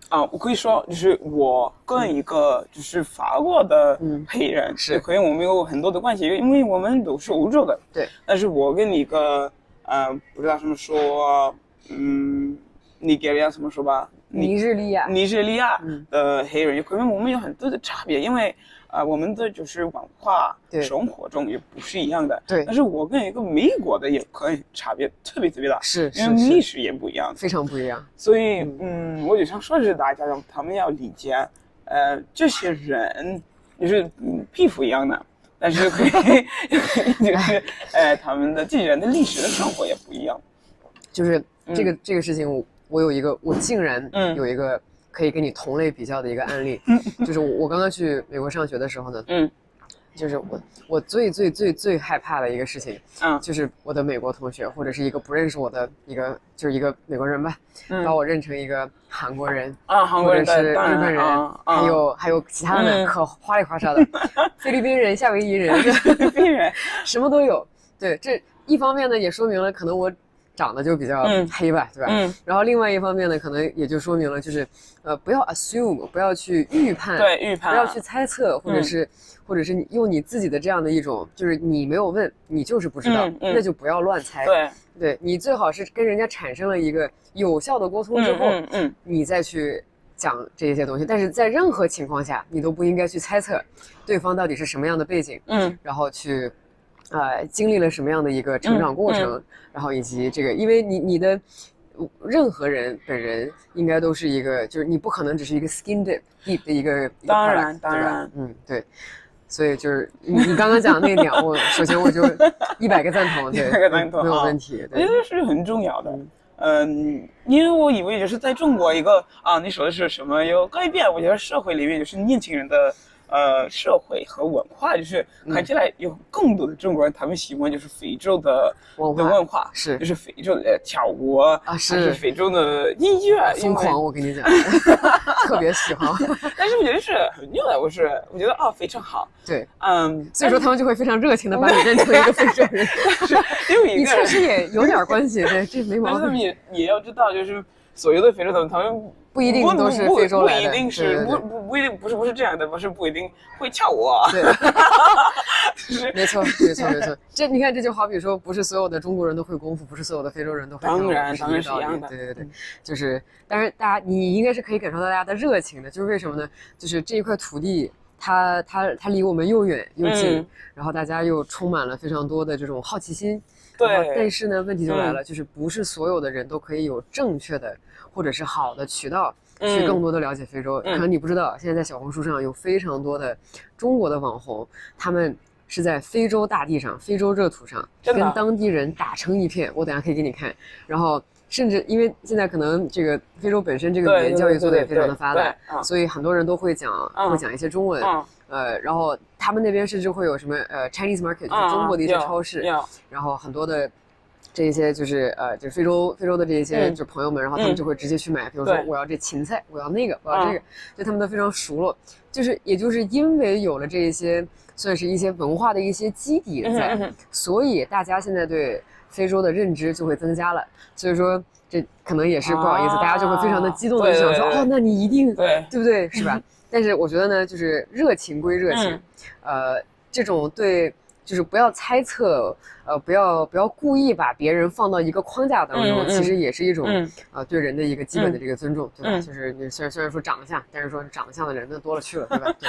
[SPEAKER 2] 啊，我可以说，就是我跟一个就是法国的
[SPEAKER 1] 嗯
[SPEAKER 2] 黑人，
[SPEAKER 1] 是
[SPEAKER 2] 也可以我们有很多的关系，因为我们都是欧洲的。
[SPEAKER 1] 对。
[SPEAKER 2] 但是我跟一个，呃，不知道怎么说，嗯，尼日利亚怎么说吧？
[SPEAKER 1] 尼日利亚，
[SPEAKER 2] 尼日利亚
[SPEAKER 1] 嗯
[SPEAKER 2] 的黑人，可能我们有很多的差别，因为啊、呃我们的就是文化
[SPEAKER 1] 对
[SPEAKER 2] 生活中也不是一样的。
[SPEAKER 1] 对
[SPEAKER 2] 但是我跟一个美国的也可以差别特别特别大，
[SPEAKER 1] 是
[SPEAKER 2] 因为历
[SPEAKER 1] 是是，
[SPEAKER 2] 史也不一样，
[SPEAKER 1] 非常不一样，
[SPEAKER 2] 所以嗯，我就想说的是大家让他们要理解，呃，这些人就是嗯皮肤一样的。但
[SPEAKER 1] (laughs)
[SPEAKER 2] 是可以，就是呃，他们的这些人的历史的生活也不一样。
[SPEAKER 1] 就是这个这个事情，我我有一个，我竟然
[SPEAKER 2] 嗯
[SPEAKER 1] 有一个可以跟你同类比较的一个案例， (laughs) 就是我我刚刚去美国上学的时候呢，
[SPEAKER 2] 嗯
[SPEAKER 1] 就是我我最最最最害怕的一个事情，
[SPEAKER 2] 啊
[SPEAKER 1] 就是我的美国同学或者是一个不认识我的一个就是一个美国人吧，把
[SPEAKER 2] 嗯
[SPEAKER 1] 我认成一个韩国人，
[SPEAKER 2] 啊，韩
[SPEAKER 1] 或
[SPEAKER 2] 国
[SPEAKER 1] 者
[SPEAKER 2] 人
[SPEAKER 1] 是日
[SPEAKER 2] 的当
[SPEAKER 1] 本
[SPEAKER 2] 然
[SPEAKER 1] 人，
[SPEAKER 2] 啊，啊
[SPEAKER 1] 还有还有其他的
[SPEAKER 2] 嗯
[SPEAKER 1] 可花里花
[SPEAKER 2] (laughs)
[SPEAKER 1] 哨的，菲律宾人、夏威夷人， (laughs)
[SPEAKER 2] 菲律宾人，
[SPEAKER 1] 什么都有。对，这一方面呢也说明了可能我长得就比较
[SPEAKER 2] 嗯
[SPEAKER 1] 黑吧，对吧？
[SPEAKER 2] 嗯，
[SPEAKER 1] 然后另外一方面呢，可能也就说明了，就是呃，不要 assume，不要去预判，
[SPEAKER 2] 对，预判
[SPEAKER 1] 不要去猜测，或者
[SPEAKER 2] 嗯
[SPEAKER 1] 是、或者是你用你自己的这样的一种，就是你没有问，你就是不知道，
[SPEAKER 2] 嗯嗯
[SPEAKER 1] 那就不要乱猜。
[SPEAKER 2] 对，
[SPEAKER 1] 对你最好是跟人家产生了一个有效的沟通之后，
[SPEAKER 2] 嗯嗯，
[SPEAKER 1] 你再去讲这些东西。但是在任何情况下，你都不应该去猜测对方到底是什么样的背景，
[SPEAKER 2] 嗯
[SPEAKER 1] 然后去，呃，经历了什么样的一个
[SPEAKER 2] 嗯
[SPEAKER 1] 成长过程，然后以及这个，因为你你的任何人本人应该都是一个，就是你不可能只是一个 skin deep deep 的一个，一个
[SPEAKER 2] 当然
[SPEAKER 1] product，对吧
[SPEAKER 2] 当然，
[SPEAKER 1] 嗯，对。所以就是你你刚刚讲的那点，我首先我就一百个赞同，
[SPEAKER 2] (laughs)
[SPEAKER 1] 对，
[SPEAKER 2] 100个赞同
[SPEAKER 1] 没有
[SPEAKER 2] 啊
[SPEAKER 1] 问题，
[SPEAKER 2] 我
[SPEAKER 1] 对，
[SPEAKER 2] 觉得是很重要的
[SPEAKER 1] 嗯。
[SPEAKER 2] 嗯，因为我以为就是在中国一个啊，你说的是什么有改变？我觉得社会里面就是年轻人的呃社会和文化，就是
[SPEAKER 1] 嗯
[SPEAKER 2] 看起来有更多的中国人，他们喜欢就是非洲的
[SPEAKER 1] 文
[SPEAKER 2] 的
[SPEAKER 1] 化
[SPEAKER 2] 文化，
[SPEAKER 1] 是
[SPEAKER 2] 就是非洲的跳舞啊
[SPEAKER 1] 啊是
[SPEAKER 2] 还是非洲的音乐，因
[SPEAKER 1] 疯
[SPEAKER 2] 为
[SPEAKER 1] 狂，我跟你讲， (laughs) 特别喜欢， (laughs)
[SPEAKER 2] 但是我觉得是很牛的，我是我觉得啊非常好，
[SPEAKER 1] 对， (laughs)
[SPEAKER 2] 嗯，
[SPEAKER 1] 所以说他们就会非常热情的把你认成
[SPEAKER 2] (laughs)
[SPEAKER 1] 一个非洲人，
[SPEAKER 2] 因为
[SPEAKER 1] 你
[SPEAKER 2] 一个
[SPEAKER 1] 确
[SPEAKER 2] 人，
[SPEAKER 1] 实也有点关系，对，这没
[SPEAKER 2] 但
[SPEAKER 1] 毛
[SPEAKER 2] 是他
[SPEAKER 1] 病 (laughs)
[SPEAKER 2] 们。也也要知道，就是所有的非洲人，他们
[SPEAKER 1] 不一定都是
[SPEAKER 2] 不不
[SPEAKER 1] 非洲来的
[SPEAKER 2] 不一定
[SPEAKER 1] 对
[SPEAKER 2] 是
[SPEAKER 1] 对对
[SPEAKER 2] 不不不一定不是不是这样的，不是不一定会跳舞
[SPEAKER 1] (laughs)
[SPEAKER 2] 啊，
[SPEAKER 1] 对， (laughs)
[SPEAKER 2] 就是
[SPEAKER 1] 没错，没错，没错。 (laughs) 这你看，这就好比说，不是所有的中国人都会功夫，不是所有的非洲人都会
[SPEAKER 2] 当
[SPEAKER 1] 跳舞
[SPEAKER 2] 然
[SPEAKER 1] 是
[SPEAKER 2] 当
[SPEAKER 1] 一个
[SPEAKER 2] 然是
[SPEAKER 1] 道理
[SPEAKER 2] 一样的嗯
[SPEAKER 1] 对对对，就是，但是大家你应该是可以感受到大家的热情的，就是为什么呢？就是这一块土地。它它它离我们又远又近，
[SPEAKER 2] 嗯
[SPEAKER 1] 然后大家又充满了非常多的这种好奇心。
[SPEAKER 2] 对嗯
[SPEAKER 1] 然后但是呢，问题就来了，就是不是所有的人都可以有正确的或者是好的渠道去
[SPEAKER 2] 嗯
[SPEAKER 1] 更多的了解非洲。
[SPEAKER 2] 嗯
[SPEAKER 1] 可能你不知道，现在在小红书上有非常多的中国的网红，他们是在非洲大地上、非洲热土上
[SPEAKER 2] 真的啊
[SPEAKER 1] 跟当地人打成一片。我等下可以给你看。然后，甚至因为现在可能这个非洲本身这个
[SPEAKER 2] 对
[SPEAKER 1] 语言
[SPEAKER 2] 对
[SPEAKER 1] 教育
[SPEAKER 2] 对
[SPEAKER 1] 做的也
[SPEAKER 2] 对
[SPEAKER 1] 非常
[SPEAKER 2] 对
[SPEAKER 1] 的发达
[SPEAKER 2] 对，啊
[SPEAKER 1] 所以很多人都会讲、
[SPEAKER 2] 嗯
[SPEAKER 1] 会讲一些中文。
[SPEAKER 2] 嗯
[SPEAKER 1] 呃，然后他们那边甚至会有什么呃 Chinese market，就是
[SPEAKER 2] 嗯
[SPEAKER 1] 中国的一些
[SPEAKER 2] 要
[SPEAKER 1] 超市，
[SPEAKER 2] 要
[SPEAKER 1] 然后很多的这一些就是呃，就是非洲非洲的这一些
[SPEAKER 2] 嗯
[SPEAKER 1] 就朋友们，然后他们
[SPEAKER 2] 嗯
[SPEAKER 1] 就会直接去买，比如说
[SPEAKER 2] 对
[SPEAKER 1] 我要这芹菜，我要那个，我要这
[SPEAKER 2] 嗯
[SPEAKER 1] 个，对他们都非常熟了。就是也就是因为有了这一些，算是一些文化的一些基底
[SPEAKER 2] 嗯哼嗯
[SPEAKER 1] 在
[SPEAKER 2] 哼，
[SPEAKER 1] 所以大家现在对非洲的认知就会增加了。所以说这可能也是不好意思，
[SPEAKER 2] 啊
[SPEAKER 1] 大家就会非常的激动的
[SPEAKER 2] 对
[SPEAKER 1] 想
[SPEAKER 2] 对
[SPEAKER 1] 说，
[SPEAKER 2] 对
[SPEAKER 1] 哦，那你一定
[SPEAKER 2] 对
[SPEAKER 1] 对不对？是
[SPEAKER 2] 嗯
[SPEAKER 1] 吧？但是我觉得呢，就是热情归热情，呃，这种对，就是不要猜测，呃，不要不要故意把别人放到一个框架当中，
[SPEAKER 2] 嗯嗯
[SPEAKER 1] 其实也是一种、
[SPEAKER 2] 嗯
[SPEAKER 1] 呃对人的一个基本的这个尊重，对吧？
[SPEAKER 2] 嗯
[SPEAKER 1] 就是你虽然虽然说长得像，但是说长得像的人那多了去了，对吧？
[SPEAKER 2] (laughs)
[SPEAKER 1] 对，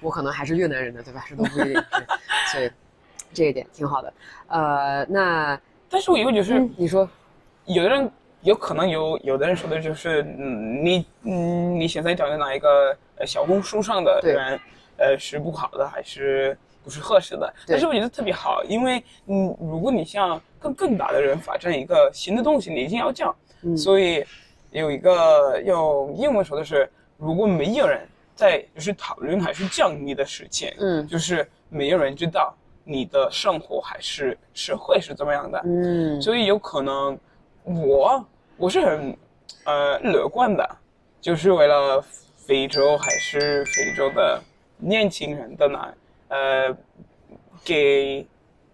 [SPEAKER 1] 我可能还是越南人呢，对吧？这都不一定，对所以这一点挺好的。呃，那
[SPEAKER 2] 但是我以为就是
[SPEAKER 1] 嗯你说，
[SPEAKER 2] 有的人有可能有，有的人说的就是，嗯，你嗯，你现在找的哪一个呃小红书上的
[SPEAKER 1] 对
[SPEAKER 2] 人，呃，是不好的还是不是合适的？
[SPEAKER 1] 对
[SPEAKER 2] 但是我觉得特别好，因为嗯，如果你向更更大的人发展一个新的东西，你一定要讲。
[SPEAKER 1] 嗯，
[SPEAKER 2] 所以有一个用英文说的是，如果没有人在就是讨论还是讲你的事情，
[SPEAKER 1] 嗯
[SPEAKER 2] 就是没有人知道你的生活还是社会是怎么样的，
[SPEAKER 1] 嗯，
[SPEAKER 2] 所以有可能我我是很呃乐观的，就是为了非洲还是非洲的年轻人的呢，呃，给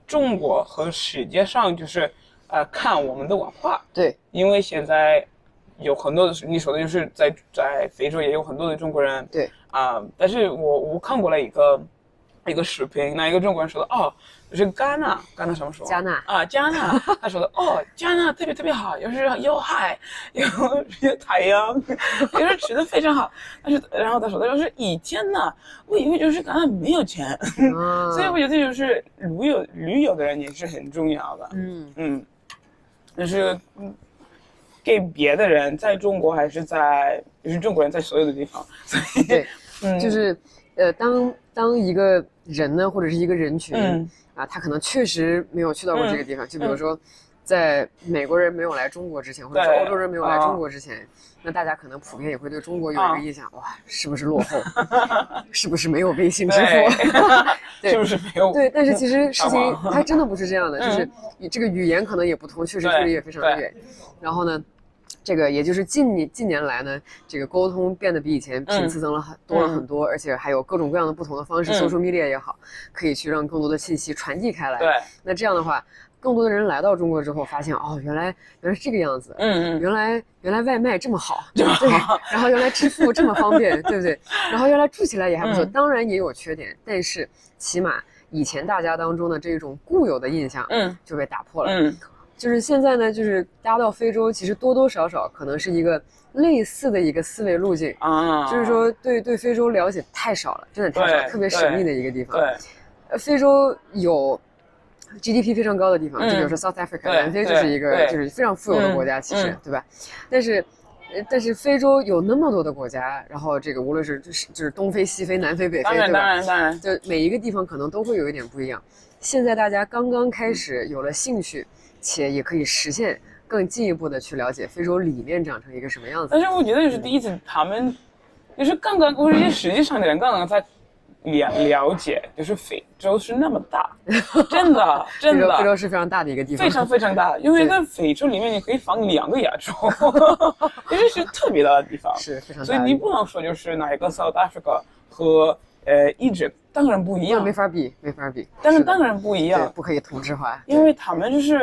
[SPEAKER 2] 中国和世界上就是呃看我们的文化，
[SPEAKER 1] 对，
[SPEAKER 2] 因为现在有很多的是你说的就是在在非洲也有很多的中国人，
[SPEAKER 1] 对
[SPEAKER 2] 啊、但是我我看过了一个一个视频，那一个中国人说的哦，就是戛纳，戛纳什么时候？
[SPEAKER 1] 加纳
[SPEAKER 2] 啊，加纳，他说的哦，加纳特别特别好，就是有海，有有太阳，就是吃的非常好。但是然后他说的就是以前呢，我以为就是戛纳没有钱，
[SPEAKER 1] 啊，
[SPEAKER 2] 嗯所以我觉得就是旅游旅游的人也是很重要的。
[SPEAKER 1] 嗯。
[SPEAKER 2] 嗯，就是嗯，给别的人，在中国还是在，就是中国人在所有的地方，所以
[SPEAKER 1] 对，
[SPEAKER 2] (laughs) 嗯，
[SPEAKER 1] 就是呃，当当一个人呢，或者是一个人群、
[SPEAKER 2] 嗯
[SPEAKER 1] 啊，他可能确实没有去到过这个地方，就比如说。在美国人没有来中国之前，或者是
[SPEAKER 2] 对
[SPEAKER 1] 欧洲人没有来
[SPEAKER 2] 啊
[SPEAKER 1] 中国之前，那大家可能普遍也会对中国有一个
[SPEAKER 2] 啊
[SPEAKER 1] 印象，哇，是不是落
[SPEAKER 2] (laughs)
[SPEAKER 1] 后？是不是没有微信支
[SPEAKER 2] 对
[SPEAKER 1] 付？，对
[SPEAKER 2] (laughs) 是不是没有？
[SPEAKER 1] 对，但是其
[SPEAKER 2] (laughs)
[SPEAKER 1] 实事情
[SPEAKER 2] 哦上网
[SPEAKER 1] 它真的不是这样的，就是
[SPEAKER 2] 嗯
[SPEAKER 1] 你这个语言可能也不同，确实
[SPEAKER 2] 对
[SPEAKER 1] 距离也非常
[SPEAKER 2] 对
[SPEAKER 1] 远。然后呢，这个也就是近年近年来呢，这个沟通变得比以前频次增了很多了很多，而且还有各种各样的不同的方式
[SPEAKER 2] 嗯
[SPEAKER 1] ，social media 也好，可以去让更多的信息传递开来。
[SPEAKER 2] 对，
[SPEAKER 1] 那这样的话，更多的人来到中国之后，发现哦，原来原来是这个样子，
[SPEAKER 2] 嗯嗯，
[SPEAKER 1] 原来原来外卖这么好，
[SPEAKER 2] (laughs) 这么
[SPEAKER 1] 对
[SPEAKER 2] 好，
[SPEAKER 1] 然后原来支付这么方
[SPEAKER 2] (laughs)
[SPEAKER 1] 便，对不对？然后原来住起来也还不错，
[SPEAKER 2] 嗯
[SPEAKER 1] 当然也有缺点，但是起码以前大家当中的这种固有的印象
[SPEAKER 2] 嗯
[SPEAKER 1] 就被打破了。
[SPEAKER 2] 嗯
[SPEAKER 1] 就是现在呢，就是大家到非洲，其实多多少少可能是一个类似的一个思维路径，
[SPEAKER 2] 啊，
[SPEAKER 1] 就是说对对非洲了解太少了，真的太少了，
[SPEAKER 2] 对
[SPEAKER 1] 特别神秘的一个地方。
[SPEAKER 2] 对
[SPEAKER 1] 呃非洲有 GDP 非常高的地方，
[SPEAKER 2] 嗯
[SPEAKER 1] 就比如说 South Africa，
[SPEAKER 2] 对
[SPEAKER 1] 南非就是一个
[SPEAKER 2] 对
[SPEAKER 1] 就是非常富有的国家，
[SPEAKER 2] 嗯
[SPEAKER 1] 其实
[SPEAKER 2] 嗯
[SPEAKER 1] 对吧？但是。呃但是非洲有那么多的国家，然后这个无论是就是就是东非、西非、南非、北非，
[SPEAKER 2] 当然
[SPEAKER 1] 对吧
[SPEAKER 2] 当？然当然，
[SPEAKER 1] 就每一个地方可能都会有一点不一样。现在大家刚刚
[SPEAKER 2] 嗯
[SPEAKER 1] 开始有了兴趣，且也可以实现更进一步的去了解非洲里面长成一个什么样子
[SPEAKER 2] 但。是我觉得是第一次，他们就是刚刚，我是实际上的人刚刚在了了解，就是非洲是那么大，
[SPEAKER 1] (laughs)
[SPEAKER 2] 真的
[SPEAKER 1] 非
[SPEAKER 2] 真
[SPEAKER 1] 洲非
[SPEAKER 2] 的
[SPEAKER 1] 洲是非常大的一个地方，
[SPEAKER 2] 非常非常大，因为
[SPEAKER 1] 对
[SPEAKER 2] 在非洲里面你可以放两个亚洲， (laughs) 这是特别大的地方，
[SPEAKER 1] (laughs) 是非常
[SPEAKER 2] 所以
[SPEAKER 1] 大的
[SPEAKER 2] 你
[SPEAKER 1] 一个地
[SPEAKER 2] 不能说就是哪一个 South Africa 和呃 Egypt 当然不一
[SPEAKER 1] 方，
[SPEAKER 2] 样
[SPEAKER 1] 没，法比，没法比。
[SPEAKER 2] 但是
[SPEAKER 1] 的
[SPEAKER 2] 当然不一
[SPEAKER 1] 对
[SPEAKER 2] 样，
[SPEAKER 1] 不可以同质化，
[SPEAKER 2] 因为他们就是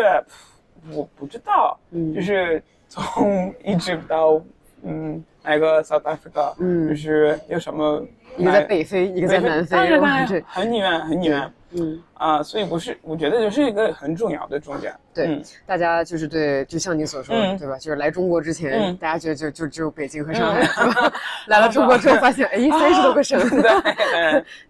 [SPEAKER 2] 我不知道，
[SPEAKER 1] 嗯
[SPEAKER 2] 就是从 Egypt 到嗯哪个 South Africa，
[SPEAKER 1] 嗯
[SPEAKER 2] 就是有什么
[SPEAKER 1] 一个在北非，一
[SPEAKER 2] 一
[SPEAKER 1] 个在南非，
[SPEAKER 2] 当然当
[SPEAKER 1] 哇，
[SPEAKER 2] 然
[SPEAKER 1] 这
[SPEAKER 2] 很远很远
[SPEAKER 1] 嗯，
[SPEAKER 2] 啊，所以不是，我觉得就是一个很重要的中间，
[SPEAKER 1] 对 (laughs)
[SPEAKER 2] 嗯
[SPEAKER 1] 大家就是对，就像你所说，
[SPEAKER 2] 嗯
[SPEAKER 1] 对吧？就是来中国之前，
[SPEAKER 2] 嗯
[SPEAKER 1] 大家觉得就就只有北京和上海，对
[SPEAKER 2] (laughs)
[SPEAKER 1] 吧？来了中国之后发现，哎，三十多个省，
[SPEAKER 2] 啊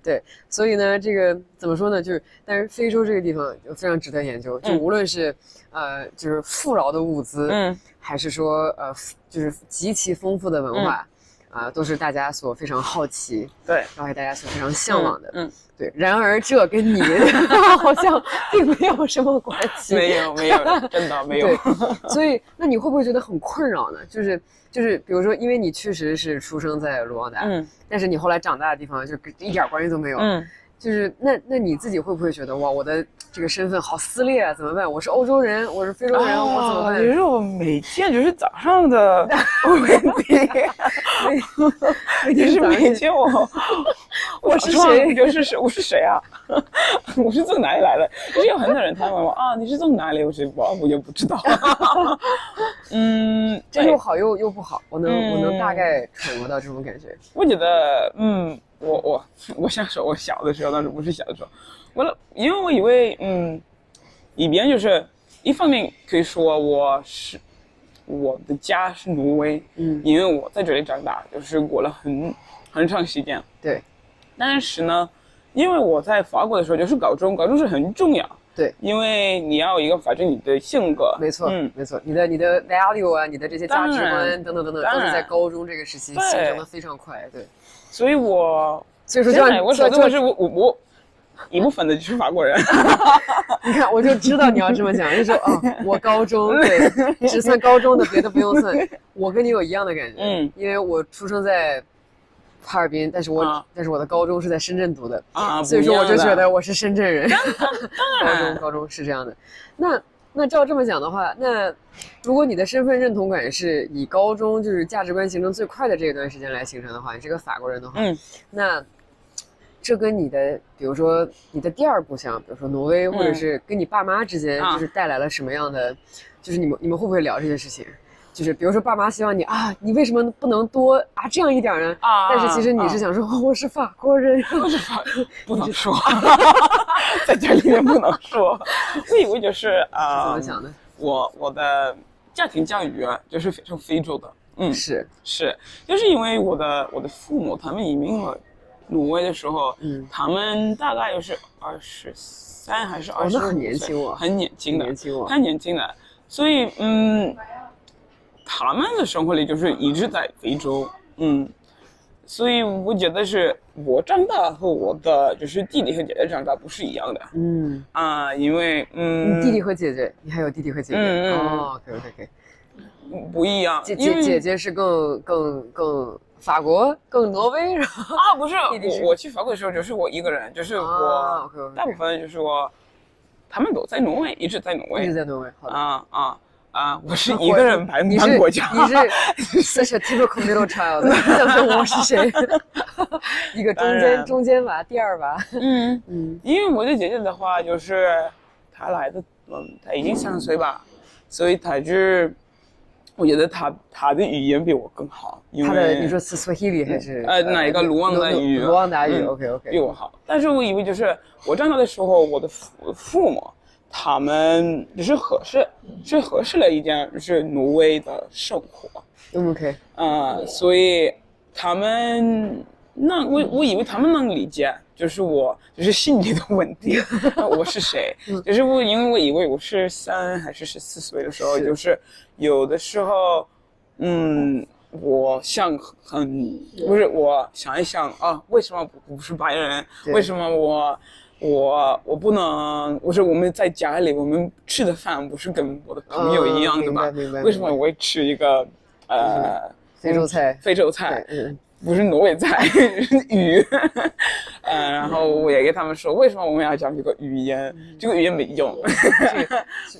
[SPEAKER 2] 对，
[SPEAKER 1] (laughs)
[SPEAKER 2] 嗯
[SPEAKER 1] 所以呢，这个怎么说呢？就是，但是非洲这个地方就非常值得研究。就
[SPEAKER 2] 嗯
[SPEAKER 1] 无论是，呃，就是富饶的物资，
[SPEAKER 2] 嗯
[SPEAKER 1] 还是说，呃，就是极其丰富的文化，啊、都是大家所非常好奇，
[SPEAKER 2] 对，
[SPEAKER 1] 然后也大家所非常向往的。
[SPEAKER 2] 嗯，
[SPEAKER 1] 对，然而这跟
[SPEAKER 2] (laughs)
[SPEAKER 1] 你 (laughs) 好像并没有什么关系。
[SPEAKER 2] 没有没有，真的没有，
[SPEAKER 1] 对，所以那你会不会觉得很困扰呢？就是就是，比如说，因为你确实是出生在卢旺达，
[SPEAKER 2] 嗯
[SPEAKER 1] 但是你后来长大的地方就跟一点关系都没有。
[SPEAKER 2] 嗯，
[SPEAKER 1] 就是那那你自己会不会觉得哇，我的这个身份好撕裂啊？怎么办？我是欧洲人，我是非洲人，我怎么
[SPEAKER 2] 啊
[SPEAKER 1] 办？
[SPEAKER 2] 就是我每天就是早上的问
[SPEAKER 1] (laughs)
[SPEAKER 2] 题。
[SPEAKER 1] 每
[SPEAKER 2] 你
[SPEAKER 1] 天
[SPEAKER 2] 是
[SPEAKER 1] 早上
[SPEAKER 2] 没见
[SPEAKER 1] (laughs)
[SPEAKER 2] 我，
[SPEAKER 1] 我是
[SPEAKER 2] 说
[SPEAKER 1] 谁
[SPEAKER 2] 你就是谁？我是谁啊？我是从哪里来的？就是有很多人他问我啊，你是从哪里？我说哦我我也不知道。 (laughs) 嗯，
[SPEAKER 1] 这
[SPEAKER 2] 对
[SPEAKER 1] 又好又又不好，我能、我能大
[SPEAKER 2] 嗯
[SPEAKER 1] 概揣摩到这种感觉。
[SPEAKER 2] 我觉得，嗯，我我我想说，我小的时候，但是不是小的时候，我老因为我以为，嗯，一边就是一方面可以说我是我的家是挪威，
[SPEAKER 1] 嗯，
[SPEAKER 2] 因为我在这里长大，就是过了很很长时间。
[SPEAKER 1] 对，
[SPEAKER 2] 但是呢，因为我在法国的时候就是高中，高中是很重要。
[SPEAKER 1] 对，
[SPEAKER 2] 因为你要有一个反正你的性格，
[SPEAKER 1] 没错，
[SPEAKER 2] 嗯，
[SPEAKER 1] 没错，你的你的 value 啊，你的这些价值
[SPEAKER 2] 当然
[SPEAKER 1] 观等等等等，
[SPEAKER 2] 当
[SPEAKER 1] 都是在
[SPEAKER 2] 然
[SPEAKER 1] 高中这个时期
[SPEAKER 2] 对
[SPEAKER 1] 形成的非常快。对，
[SPEAKER 2] 所以我
[SPEAKER 1] 所以说
[SPEAKER 2] 真
[SPEAKER 1] 就
[SPEAKER 2] 的，
[SPEAKER 1] 让
[SPEAKER 2] 我
[SPEAKER 1] 就
[SPEAKER 2] 首先
[SPEAKER 1] 就
[SPEAKER 2] 我
[SPEAKER 1] 是
[SPEAKER 2] 我我我一部分的就是法
[SPEAKER 1] (laughs)
[SPEAKER 2] 国人，
[SPEAKER 1] 你看，我就知道你要这么讲，就说哦，我高中对，只算高中的，别的不用算。我跟你有一样的感觉，
[SPEAKER 2] 嗯，
[SPEAKER 1] 因为我出生在哈尔滨，但是我、
[SPEAKER 2] 啊
[SPEAKER 1] 但是我的高中是在深圳读的
[SPEAKER 2] 啊
[SPEAKER 1] 所以
[SPEAKER 2] 不一
[SPEAKER 1] 说我
[SPEAKER 2] 样
[SPEAKER 1] 就
[SPEAKER 2] 的
[SPEAKER 1] 觉得我是深圳人。 (laughs) 高
[SPEAKER 2] 然
[SPEAKER 1] 中高中是这样的，那那照这么讲的话，那如果你的身份认同感是以高中就是价值观形成最快的这段时间来形成的话，你是个法国人的话，
[SPEAKER 2] 嗯
[SPEAKER 1] 那这跟你的，比如说你的第二故乡，比如说挪威，或者是跟你爸妈之间，
[SPEAKER 2] 嗯啊
[SPEAKER 1] 就是带来了什么样的？就是你们你们会不会聊这些事情？就是比如说爸妈希望你啊，你为什么不能多啊这样一点儿呢？
[SPEAKER 2] 啊
[SPEAKER 1] 但是其实你是想说、哦我是法国人， (laughs)
[SPEAKER 2] 不能说， (laughs) 在这里面不能说，
[SPEAKER 1] (laughs)
[SPEAKER 2] 所以我就是啊，
[SPEAKER 1] 怎么想的？
[SPEAKER 2] 我我的家庭教育啊就是非常非洲的，嗯，
[SPEAKER 1] 是，
[SPEAKER 2] 是，就是因为我的我的父母他们移民了挪威的时候，
[SPEAKER 1] 嗯
[SPEAKER 2] 他们大概就是二十三还是
[SPEAKER 1] 哦
[SPEAKER 2] 二十、
[SPEAKER 1] 那很年轻哦
[SPEAKER 2] 很年轻的，
[SPEAKER 1] 年轻哦
[SPEAKER 2] 很年轻的，所以嗯，他们的生活里就是一直在非洲，嗯，所以我觉得是我长大和我的就是弟弟和姐姐长大不是一样的
[SPEAKER 1] 嗯，
[SPEAKER 2] 啊、因为嗯，
[SPEAKER 1] 你弟弟和姐姐，你还有弟弟和姐姐，
[SPEAKER 2] 嗯嗯嗯
[SPEAKER 1] 哦，OK OK OK，
[SPEAKER 2] 不一样，
[SPEAKER 1] 姐
[SPEAKER 2] 因为
[SPEAKER 1] 姐姐姐是更更更法国，更挪威，然后
[SPEAKER 2] 啊，不是
[SPEAKER 1] 弟弟是
[SPEAKER 2] 我，我去法国的时候就是我一个人，就是
[SPEAKER 1] 啊
[SPEAKER 2] 我
[SPEAKER 1] ，OK，OK
[SPEAKER 2] 大部分就是我，他们都在挪威，一直在挪
[SPEAKER 1] 一直
[SPEAKER 2] 威，
[SPEAKER 1] 在挪威，好的。
[SPEAKER 2] 啊啊啊！我是一个人搬
[SPEAKER 1] 你
[SPEAKER 2] 搬
[SPEAKER 1] 是
[SPEAKER 2] 国家，
[SPEAKER 1] 你是 such a typical middle child，想说我是谁？ (laughs) 一个中
[SPEAKER 2] 当
[SPEAKER 1] 间
[SPEAKER 2] 然
[SPEAKER 1] 中间娃，第二娃，
[SPEAKER 2] (laughs) 嗯，
[SPEAKER 1] 嗯
[SPEAKER 2] 因为我的姐姐的话就是她来的嗯，他已经三十岁吧，所以他就是，我觉得他他的语言比我更好，因
[SPEAKER 1] 他的
[SPEAKER 2] 为
[SPEAKER 1] 你说斯斯希里还是
[SPEAKER 2] 呃哪一个卢旺达语啊
[SPEAKER 1] 卢旺达语
[SPEAKER 2] 嗯
[SPEAKER 1] ，OK OK，
[SPEAKER 2] 比我好。但是我以为就是我长大的时候，我的父父母他们就是合适，是合适了一件就是挪威的生活，
[SPEAKER 1] 嗯 OK，
[SPEAKER 2] 呃，所以他们那我我以为他们能理解，就是我就是心理的问
[SPEAKER 1] (laughs)
[SPEAKER 2] 题，我是谁？
[SPEAKER 1] 嗯
[SPEAKER 2] 就是我因为我以为我是三还是十四岁的时候，
[SPEAKER 1] 是
[SPEAKER 2] 就是有的时候，嗯，我想很不是我想一想啊，为什么我不是白人？
[SPEAKER 1] 对
[SPEAKER 2] 为什么我？我我不能，我说我们在家里，我们吃的饭不是跟我的朋友一样的吗？
[SPEAKER 1] 嗯明白明白
[SPEAKER 2] 为什么我会吃一个呃
[SPEAKER 1] 非洲菜
[SPEAKER 2] 非洲
[SPEAKER 1] 对
[SPEAKER 2] 菜，
[SPEAKER 1] 嗯，
[SPEAKER 2] 不是挪威菜，是鱼。 (laughs) 呃，然后我也跟他们说，为什么我们要讲这个语言？这个语言没用。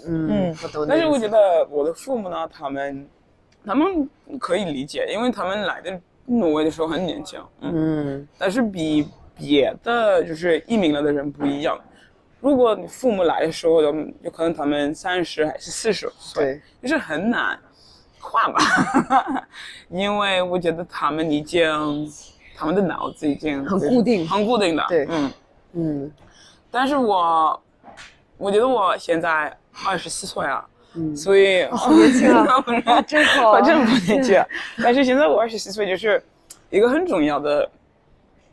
[SPEAKER 1] 嗯，我懂你的意思。
[SPEAKER 2] 但是我觉
[SPEAKER 1] 嗯
[SPEAKER 2] 得我的父母呢，他们他们可以理解，因为他们来的挪威的时候很年轻，嗯，
[SPEAKER 1] 嗯，
[SPEAKER 2] 但是比别的就是移民了的人不一样。如果你父母来的时候，有有可能他们三十还是四十岁，
[SPEAKER 1] 对，
[SPEAKER 2] 就是很难换吧， (laughs) 因为我觉得他们已经，他们的脑子已经
[SPEAKER 1] 很固定
[SPEAKER 2] 很固定的。
[SPEAKER 1] 对
[SPEAKER 2] 嗯。
[SPEAKER 1] 嗯
[SPEAKER 2] 但是我，我觉得我现在二十四岁啊，
[SPEAKER 1] 嗯，
[SPEAKER 2] 所以
[SPEAKER 1] 好年轻
[SPEAKER 2] (laughs)
[SPEAKER 1] 啊
[SPEAKER 2] 当然
[SPEAKER 1] 真好啊
[SPEAKER 2] 反正不年轻啊。但是现在我二十四岁，就是一个很重要的，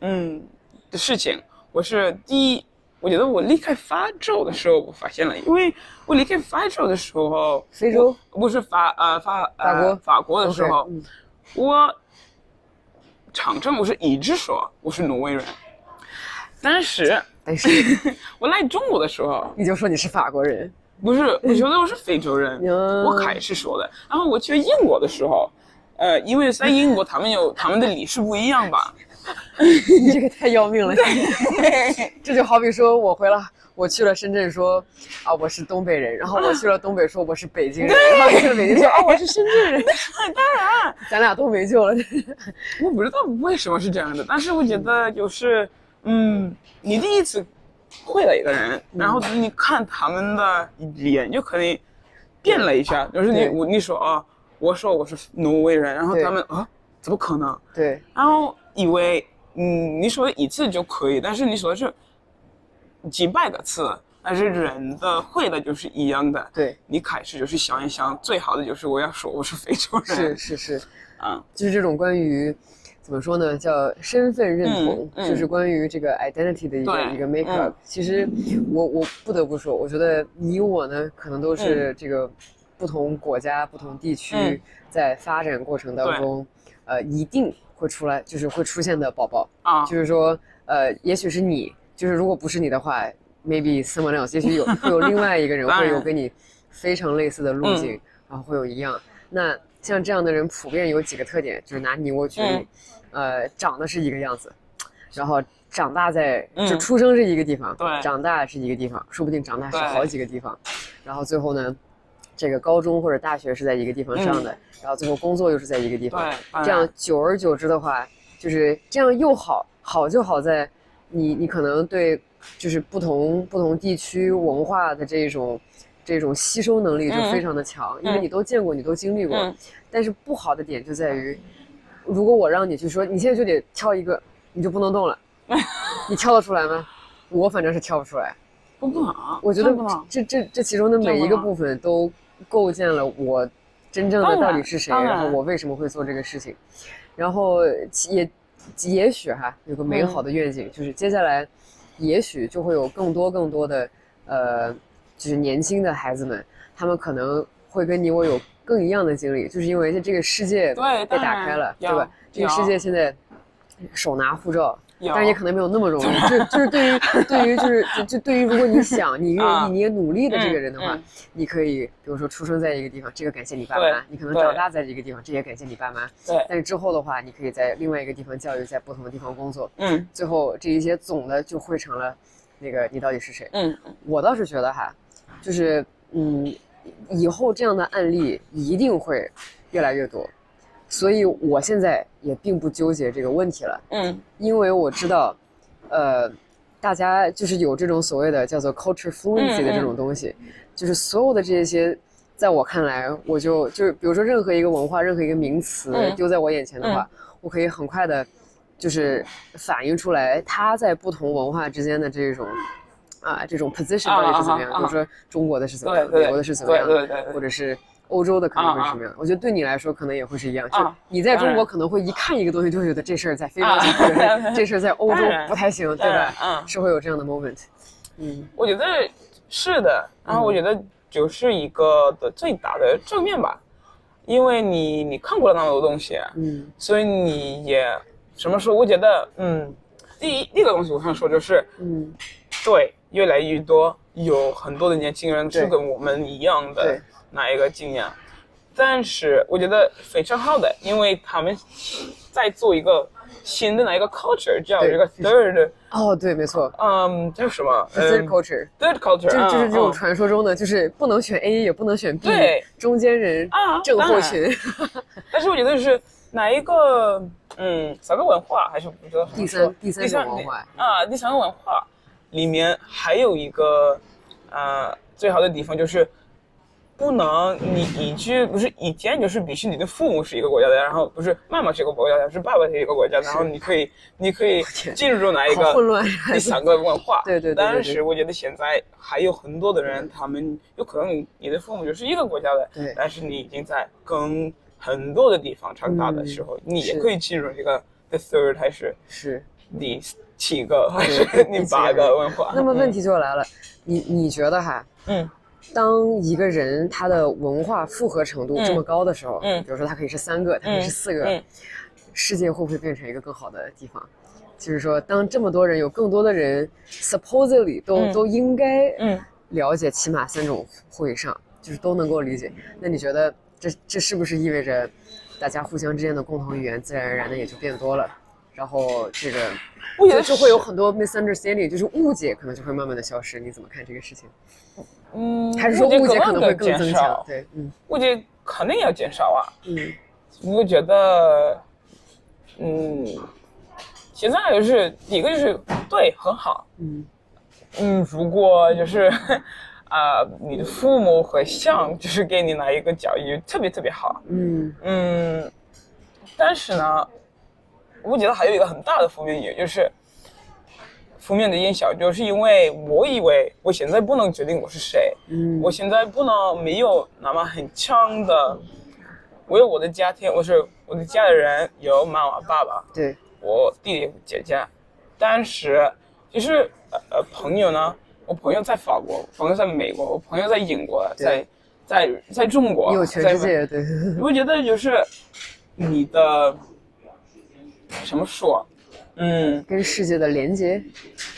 [SPEAKER 2] 嗯的事情。我是第一，我觉得我离开法州的时候，我发现了，因为我离开法州的时候，
[SPEAKER 1] 非洲
[SPEAKER 2] 我不是法呃法呃
[SPEAKER 1] 法国
[SPEAKER 2] 法国的时
[SPEAKER 1] OK，
[SPEAKER 2] 候
[SPEAKER 1] 嗯，
[SPEAKER 2] 我常常我是一直说我是挪威人，但是
[SPEAKER 1] 但哎是
[SPEAKER 2] 我来中国的时候，
[SPEAKER 1] 你就说你是法国 (laughs) 人，
[SPEAKER 2] 不是，我觉得我是非洲人，
[SPEAKER 1] 嗯
[SPEAKER 2] 我
[SPEAKER 1] (laughs)
[SPEAKER 2] 凯是说的。然后我去英国的时候，呃，因为在英国他们有他们的礼是不一样吧？
[SPEAKER 1] 你这个太要命了。这就好比说我回了，我去了深圳说啊我是东北人，然后我去了东北说我是北京人，然后去了北京说啊我是深圳 (laughs) 人，
[SPEAKER 2] 当然，
[SPEAKER 1] 咱俩都没救了。
[SPEAKER 2] 我不知道为什么是这样的，但是我觉得就是，嗯，你第一次会了一个人，然后
[SPEAKER 1] 嗯
[SPEAKER 2] 你看他们的脸就可能变了一下，就是你
[SPEAKER 1] 对
[SPEAKER 2] 我你说啊，我说我是挪威人，然后
[SPEAKER 1] 对
[SPEAKER 2] 他们啊，怎么可能？
[SPEAKER 1] (laughs) 对，
[SPEAKER 2] 然后以为嗯你说一次就可以，但是你说是几百个次，但是人的会的就是一样的。
[SPEAKER 1] 对，
[SPEAKER 2] 你开始就是想一想，最好的就是我要说我是非洲
[SPEAKER 1] 是
[SPEAKER 2] 人，
[SPEAKER 1] 是是，
[SPEAKER 2] (laughs) 啊，
[SPEAKER 1] 就是这种关于怎么说呢，叫身份认同，
[SPEAKER 2] 嗯嗯
[SPEAKER 1] 就是关于这个 identity 的一个
[SPEAKER 2] 对嗯
[SPEAKER 1] 一个 make up、其实我我不得不说，我觉得你我呢，可能都是这个不同国家、不同地区
[SPEAKER 2] 嗯
[SPEAKER 1] 在发展过程当
[SPEAKER 2] 对
[SPEAKER 1] 中，呃，一定会出来，就是会出现的宝宝。
[SPEAKER 2] 啊，
[SPEAKER 1] 就是说，呃，也许是你，就是如果不是你的话，maybe someone else，也许
[SPEAKER 2] (laughs)
[SPEAKER 1] 有会有另外一个人
[SPEAKER 2] 当
[SPEAKER 1] 会
[SPEAKER 2] 然嗯
[SPEAKER 1] 有跟你非常类似的路径，然后会有一样。那像这样的人普遍有几个特点，就是拿你我举
[SPEAKER 2] 嗯
[SPEAKER 1] 例，呃，长得是一个样子，然后长大在就
[SPEAKER 2] 嗯
[SPEAKER 1] 出生是一个地方，
[SPEAKER 2] 对
[SPEAKER 1] 长大是一个地方，说不定长大是
[SPEAKER 2] 对
[SPEAKER 1] 好几个地方，然后最后呢，这个高中或者大学是在一个地方上的，
[SPEAKER 2] 嗯
[SPEAKER 1] 然后最后工作又是在一个地方，
[SPEAKER 2] 对，当然
[SPEAKER 1] 这样久而久之的话，就是这样又好，好就好在你你可能对就是不同不同地区文化的这种这种吸收能力就非常的强，因为你都见过，你都经历过。
[SPEAKER 2] 嗯
[SPEAKER 1] 但是不好的点就在于，如果我让你去说，你现在就得挑一个，你就不能动了，你挑得出来吗？我反正是挑不出来。
[SPEAKER 2] 不不能，
[SPEAKER 1] 我觉得
[SPEAKER 2] 真不能，
[SPEAKER 1] 这这这其中的每一个部分都构建了我真正的到底是谁，
[SPEAKER 2] 当然
[SPEAKER 1] 然后我为什么会做这个事情，然后其也也许哈有个美好的愿
[SPEAKER 2] 嗯
[SPEAKER 1] 景，就是接下来也许就会有更多更多的呃，就是年轻的孩子们，他们可能会跟你我有更一样的经历，就是因为这个世界
[SPEAKER 2] 对
[SPEAKER 1] 被
[SPEAKER 2] 当
[SPEAKER 1] 打
[SPEAKER 2] 然
[SPEAKER 1] 开了，对
[SPEAKER 2] 嗯有
[SPEAKER 1] 吧？这个世界现在手拿护照，
[SPEAKER 2] 有
[SPEAKER 1] 但是也可能没有那么容易。就就是对
[SPEAKER 2] (laughs)
[SPEAKER 1] 于对于就是就就对于如果你想你愿
[SPEAKER 2] 啊
[SPEAKER 1] 意你也努力的这个人的话，
[SPEAKER 2] 嗯嗯
[SPEAKER 1] 你可以比如说出生在一个地方，这个感谢你爸
[SPEAKER 2] 对
[SPEAKER 1] 妈；你可能
[SPEAKER 2] 对
[SPEAKER 1] 长大在这个地方，这也感谢你爸妈。
[SPEAKER 2] 对，
[SPEAKER 1] 但是之后的话，你可以在另外一个地方教育，在不同的地方工作，
[SPEAKER 2] 嗯
[SPEAKER 1] 最后这一些总的就汇成了那个你到底是谁。
[SPEAKER 2] 嗯，
[SPEAKER 1] 我倒是觉得哈，就是嗯，以后这样的案例一定会越来越多，所以我现在也并不纠结这个问题了。
[SPEAKER 2] 嗯
[SPEAKER 1] 因为我知道，呃，大家就是有这种所谓的叫做 culture fluency
[SPEAKER 2] 嗯嗯
[SPEAKER 1] 的这种东西，就是所有的这些，在我看来，我就就是比如说任何一个文化、任何一个名词
[SPEAKER 2] 嗯
[SPEAKER 1] 丢在我眼前的话，我可以很快的，就是反映出来它在不同文化之间的这种啊这种 position
[SPEAKER 2] 啊
[SPEAKER 1] 到底是怎么样，
[SPEAKER 2] 啊啊
[SPEAKER 1] 比如说中国的是怎么
[SPEAKER 2] 对
[SPEAKER 1] 样，
[SPEAKER 2] 对
[SPEAKER 1] 美国的是怎么
[SPEAKER 2] 对
[SPEAKER 1] 样，
[SPEAKER 2] 对对
[SPEAKER 1] 或
[SPEAKER 2] 对，
[SPEAKER 1] 者是欧洲的可能会是
[SPEAKER 2] 啊啊
[SPEAKER 1] 什么样？我觉得对你来说可能也会是一样。
[SPEAKER 2] 啊
[SPEAKER 1] 就你在中
[SPEAKER 2] 当
[SPEAKER 1] 国
[SPEAKER 2] 然
[SPEAKER 1] 可能会一看一个东西就会觉得这事儿在非洲
[SPEAKER 2] 啊
[SPEAKER 1] 行，或者是
[SPEAKER 2] (laughs)
[SPEAKER 1] 这事儿在欧洲
[SPEAKER 2] 当然
[SPEAKER 1] 不太行，对
[SPEAKER 2] 当然
[SPEAKER 1] 吧？
[SPEAKER 2] 嗯，
[SPEAKER 1] 是会有这样的 moment。嗯
[SPEAKER 2] 我觉得是的，然后我觉得酒是一个的最大的正面吧，因为你你看过了那么多东西，
[SPEAKER 1] 嗯
[SPEAKER 2] 所以你也什么时候我觉得嗯，第一第一个东西我想说就是
[SPEAKER 1] 嗯，
[SPEAKER 2] 对，越来越多有很多的年轻人是
[SPEAKER 1] 对
[SPEAKER 2] 跟我们一样的
[SPEAKER 1] 对
[SPEAKER 2] 那一个经验，但是我觉得非常好的，因为他们在做一个新的那一个 culture，叫
[SPEAKER 1] 对
[SPEAKER 2] 这个 third，
[SPEAKER 1] 哦，对，没错
[SPEAKER 2] 嗯，叫什么？
[SPEAKER 1] 是，third
[SPEAKER 2] 嗯
[SPEAKER 1] culture，
[SPEAKER 2] third culture，
[SPEAKER 1] 就是就是这
[SPEAKER 2] 嗯
[SPEAKER 1] 种
[SPEAKER 2] 嗯
[SPEAKER 1] 传说中的，就是不能选 A 也不能选 B，
[SPEAKER 2] 对
[SPEAKER 1] 中间人 (laughs)
[SPEAKER 2] 啊
[SPEAKER 1] 症
[SPEAKER 2] 当
[SPEAKER 1] 候
[SPEAKER 2] 然
[SPEAKER 1] 群，
[SPEAKER 2] 但是我觉得是哪一个，嗯，三个文化还是不知道怎
[SPEAKER 1] 第
[SPEAKER 2] 么说
[SPEAKER 1] 三第三种文化，
[SPEAKER 2] 啊，第三个文化里面还有一个，呃，最好的地方就是不能你一句不是以前就是必须你的父母是一个国家的，然后不是妈妈是一个国家的，是爸爸是一个国家的，然后你可以你可以
[SPEAKER 1] 天
[SPEAKER 2] 进入哪一
[SPEAKER 1] (laughs) 好
[SPEAKER 2] 个
[SPEAKER 1] 混乱，啊
[SPEAKER 2] 第三个文化。
[SPEAKER 1] (laughs) 对对对对对
[SPEAKER 2] 但是我觉得现在还有很多的人，他们有可能你的父母就是一个国家的，
[SPEAKER 1] 对
[SPEAKER 2] 但是你已经在跟很多的地方长大的时候，你也
[SPEAKER 1] 嗯是
[SPEAKER 2] 可以进入一个 the third 还是
[SPEAKER 1] 是。
[SPEAKER 2] 第七个还是
[SPEAKER 1] 对
[SPEAKER 2] 第八个文化。
[SPEAKER 1] (laughs) 那么问题就来了，你你觉得哈，
[SPEAKER 2] 嗯，
[SPEAKER 1] 当一个人他的文化复合程度这么高的时候，
[SPEAKER 2] 嗯
[SPEAKER 1] 比如说他可以是三个，他可以是四个，
[SPEAKER 2] 嗯
[SPEAKER 1] 世界会不会变成一个更好的地方？就是说，当这么多人，有更多的人，supposedly 都、
[SPEAKER 2] 嗯
[SPEAKER 1] 都应该
[SPEAKER 2] 嗯
[SPEAKER 1] 了解起码三种会以上，就是都能够理解。那你觉得这这是不是意味着大家互相之间的共同语言自然而然的也就变多了？然后这个
[SPEAKER 2] 我觉
[SPEAKER 1] 就
[SPEAKER 2] 得
[SPEAKER 1] 就会有
[SPEAKER 2] 是
[SPEAKER 1] 很多 misunderstanding，就是误解可能就会慢慢的消失。你怎么看这个事情？
[SPEAKER 2] 嗯，
[SPEAKER 1] 还是说误解可能会更
[SPEAKER 2] 我觉得慢慢地
[SPEAKER 1] 增
[SPEAKER 2] 减
[SPEAKER 1] 强
[SPEAKER 2] 少？？
[SPEAKER 1] 对，嗯
[SPEAKER 2] 误解肯定要减少啊。
[SPEAKER 1] 嗯
[SPEAKER 2] 我觉得，嗯，现在就是一个就是对很好，
[SPEAKER 1] 嗯
[SPEAKER 2] 嗯，如果就是， (laughs) 啊、你的父母和像就是给你来一个教育，特别特别好，
[SPEAKER 1] 嗯
[SPEAKER 2] 嗯，但是呢，我觉得还有一个很大的负面也就是负面的影响，就是因为我以为我现在不能决定我是谁，
[SPEAKER 1] 嗯，
[SPEAKER 2] 我现在不能没有那么很强的，我有我的家庭，我是我的家人有妈妈爸爸，
[SPEAKER 1] 对
[SPEAKER 2] 我弟弟姐姐，但是其实呃呃朋友呢，我朋友在法国，我朋友在美国，我朋友在英国，在在在中国，
[SPEAKER 1] 有全世
[SPEAKER 2] 在美。
[SPEAKER 1] 界对，
[SPEAKER 2] 你会觉得就是你的怎么说？嗯，
[SPEAKER 1] 跟世界的连接，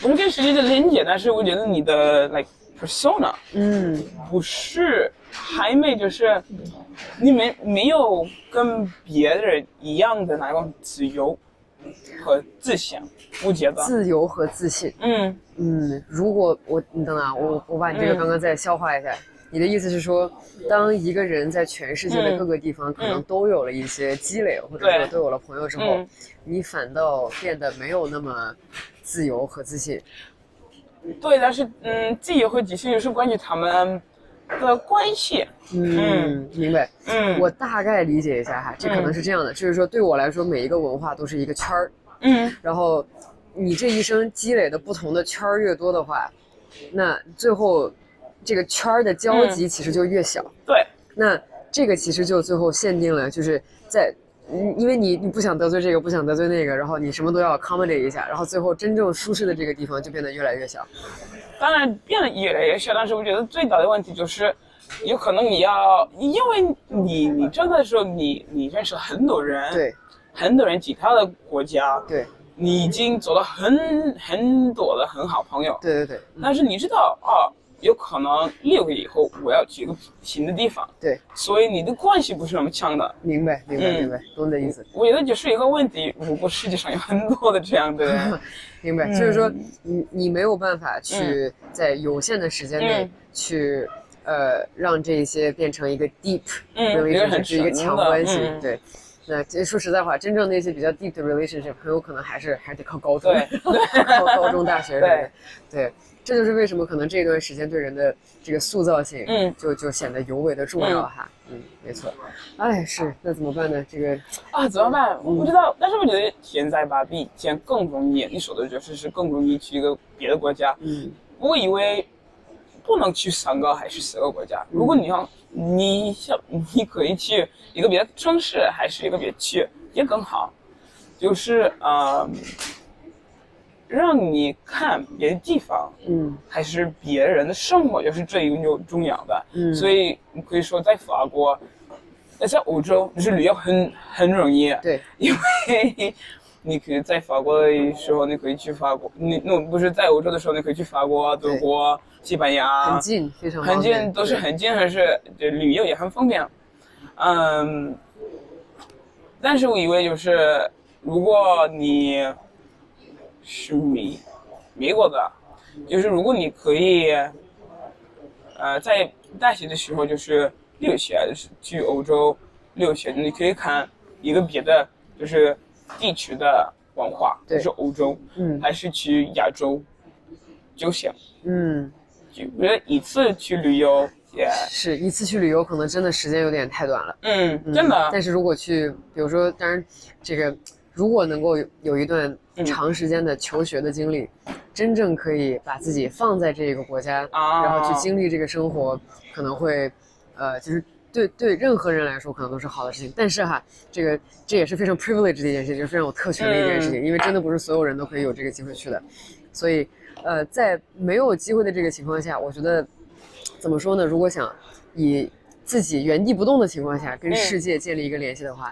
[SPEAKER 2] 不是跟世界的连接，但是我觉得你的 like persona
[SPEAKER 1] 嗯
[SPEAKER 2] 不是还没就是你没没有跟别人一样的那种自由和自信，我觉得。
[SPEAKER 1] 自由和自信，
[SPEAKER 2] 嗯，
[SPEAKER 1] 嗯，如果我你等等啊，我我把你这个
[SPEAKER 2] 嗯
[SPEAKER 1] 刚刚再消化一下。你的意思是说，当一个人在全世界的
[SPEAKER 2] 嗯
[SPEAKER 1] 各个地方可能
[SPEAKER 2] 嗯
[SPEAKER 1] 都有了一些积累，或者
[SPEAKER 2] 对
[SPEAKER 1] 说都有了朋友之后
[SPEAKER 2] 嗯，
[SPEAKER 1] 你反倒变得没有那么自由和自信。
[SPEAKER 2] 对，但是嗯，自己会解释就是关于他们的关系。
[SPEAKER 1] 嗯，明白。
[SPEAKER 2] (laughs) 嗯，
[SPEAKER 1] 我大概理解一下哈，这可能是这样的，就是说对我来说，每一个文化都是一个圈儿，
[SPEAKER 2] 嗯
[SPEAKER 1] 然后你这一生积累的不同的圈儿越多的话，那最后这个圈儿的交集其实就越小。
[SPEAKER 2] 嗯对，
[SPEAKER 1] 那这个其实就最后限定了，就是在。嗯因为你你不想得罪这个，不想得罪那个，然后你什么都要 accommodate 一下，然后最后真正舒适的这个地方就变得越来越小。
[SPEAKER 2] 当然变得越来越小，但是我觉得最大的问题就是，有可能你要，因为你你真的时候，你你认识了很多人，，
[SPEAKER 1] 对
[SPEAKER 2] 很多人其他的国家，
[SPEAKER 1] 对
[SPEAKER 2] 你已经走了很很多的很好朋友，
[SPEAKER 1] 对对对
[SPEAKER 2] 但是你知道啊，有可能六个以后我要去一个新的地方，
[SPEAKER 1] 对，
[SPEAKER 2] 所以你的关系不是那么强的。
[SPEAKER 1] 明白明白
[SPEAKER 2] 嗯
[SPEAKER 1] 明白，懂你的意思。
[SPEAKER 2] 我觉得也是一个问题，如果世界上有很多的这样的人，
[SPEAKER 1] 明白，就是说
[SPEAKER 2] 嗯
[SPEAKER 1] 你你没有办法去在有限的时间内
[SPEAKER 2] 嗯
[SPEAKER 1] 去、呃让这一些变成一个 deep
[SPEAKER 2] 嗯
[SPEAKER 1] relationship，、
[SPEAKER 2] 一个很
[SPEAKER 1] 是一个
[SPEAKER 2] 深
[SPEAKER 1] 强
[SPEAKER 2] 的
[SPEAKER 1] 关系，
[SPEAKER 2] 嗯
[SPEAKER 1] 对，那这说实在话，真正那些比较 deep 的 relationship，很有可能还是还得靠高中，
[SPEAKER 2] 对
[SPEAKER 1] 靠高中、大学什么的。对，这就是为什么可能这段时间对人的这个塑造性，
[SPEAKER 2] 嗯
[SPEAKER 1] 就就显得尤为的重要哈。嗯，没错。哎，是，那怎么办呢？这个
[SPEAKER 2] 啊，怎么
[SPEAKER 1] 嗯
[SPEAKER 2] 办？我不知道，但是我觉得钱财吧比钱更容易，你手头就是是更容易去一个别的国家。
[SPEAKER 1] 嗯
[SPEAKER 2] 我以为不能去三个还是四个国家，如
[SPEAKER 1] 嗯
[SPEAKER 2] 果你要你想你可以去一个别的城市，还是一个别区也更好，就是呃，让你看别的地方。
[SPEAKER 1] 嗯
[SPEAKER 2] 还是别人的生活，就是最重重要的。
[SPEAKER 1] 嗯
[SPEAKER 2] 所以你可以说，在法国，呃，在欧洲，就是旅游很很容易，
[SPEAKER 1] 对，
[SPEAKER 2] 因为你可以在法国的时候，你可以去法国，你那不是在欧洲的时候，你可以去法国、啊德国、西班牙，啊
[SPEAKER 1] 很近，非常
[SPEAKER 2] 很
[SPEAKER 1] 方便
[SPEAKER 2] 近，都是很近，还是这旅游也很方便。啊嗯，但是我以为就是，如果你是美美国的，就是如果你可以，呃，在大学的时候就是留学，就是去欧洲留学，你可以看一个别的就是地区的文化，
[SPEAKER 1] 对
[SPEAKER 2] 就是欧洲，
[SPEAKER 1] 嗯
[SPEAKER 2] 还是去亚洲就行。
[SPEAKER 1] 嗯，
[SPEAKER 2] 就我觉得一次去旅游也，
[SPEAKER 1] 是一次去旅游可能真的时间有点太短了。
[SPEAKER 2] 嗯，真的，
[SPEAKER 1] 但是如果去，比如说，当然，这个如果能够有有一段
[SPEAKER 2] 嗯
[SPEAKER 1] 长时间的求学的经历，真正可以把自己放在这个国家，
[SPEAKER 2] 啊
[SPEAKER 1] 然后去经历这个生活，可能会，呃，就是对对任何人来说可能都是好的事情。但是哈，这个这也是非常 privilege 的一件事情，就是非常有特权的一件事情，因为真的不是所有人都可以有这个机会去的，所以，呃，在没有机会的这个情况下，我觉得怎么说呢？如果想以自己原地不动的情况下跟
[SPEAKER 2] 嗯
[SPEAKER 1] 世界建立一个联系的话，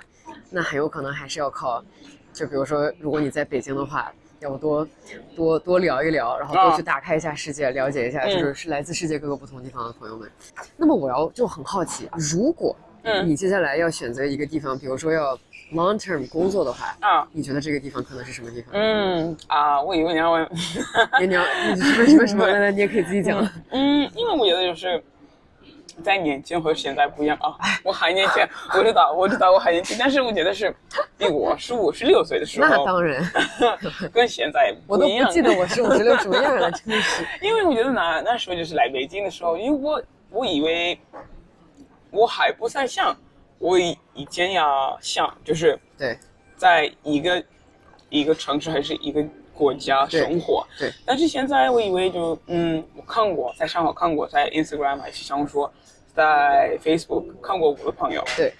[SPEAKER 1] 那很有可能还是要靠，就比如说，如果你在北京的话，要不多多多聊一聊，然后多
[SPEAKER 2] 啊
[SPEAKER 1] 去打开一下世界，了解一下，
[SPEAKER 2] 嗯
[SPEAKER 1] 就是是来自世界各个不同地方的朋友们。那么我要就很好奇，啊如果
[SPEAKER 2] 嗯
[SPEAKER 1] 你接下来要选择一个地方，比如说要 long term 工作的话，
[SPEAKER 2] 啊，
[SPEAKER 1] 你觉得这个地方可能是什么地方？
[SPEAKER 2] 嗯啊，我以为你要问，
[SPEAKER 1] (laughs)
[SPEAKER 2] (laughs)
[SPEAKER 1] 你要你什么什么什么的，你也可以自己讲。
[SPEAKER 2] 嗯，因为我觉得就是。在年轻和现在不一样啊！
[SPEAKER 1] 哎
[SPEAKER 2] 我还年轻， (laughs) 我知道，我知道我还年轻，但是我觉得是，比我十五、十六岁的时
[SPEAKER 1] (laughs) 那
[SPEAKER 2] (laughs) 候，
[SPEAKER 1] 当然，
[SPEAKER 2] 跟现在
[SPEAKER 1] 我
[SPEAKER 2] 不
[SPEAKER 1] 都
[SPEAKER 2] 一样
[SPEAKER 1] 不。记得我是五十六什么样
[SPEAKER 2] (laughs)
[SPEAKER 1] 了，真的是。
[SPEAKER 2] 因为我觉得那那时候就是来北京的时候，因为我我以为我还不太像我以以前要像，就是
[SPEAKER 1] 对
[SPEAKER 2] 在一个一个城市还是一个国家
[SPEAKER 1] 对
[SPEAKER 2] 生活。
[SPEAKER 1] 对
[SPEAKER 2] 但是现在我以为就嗯，我看过在上海看过，在 Instagram 还是小红书，在 Facebook 看过我的朋友，
[SPEAKER 1] 对，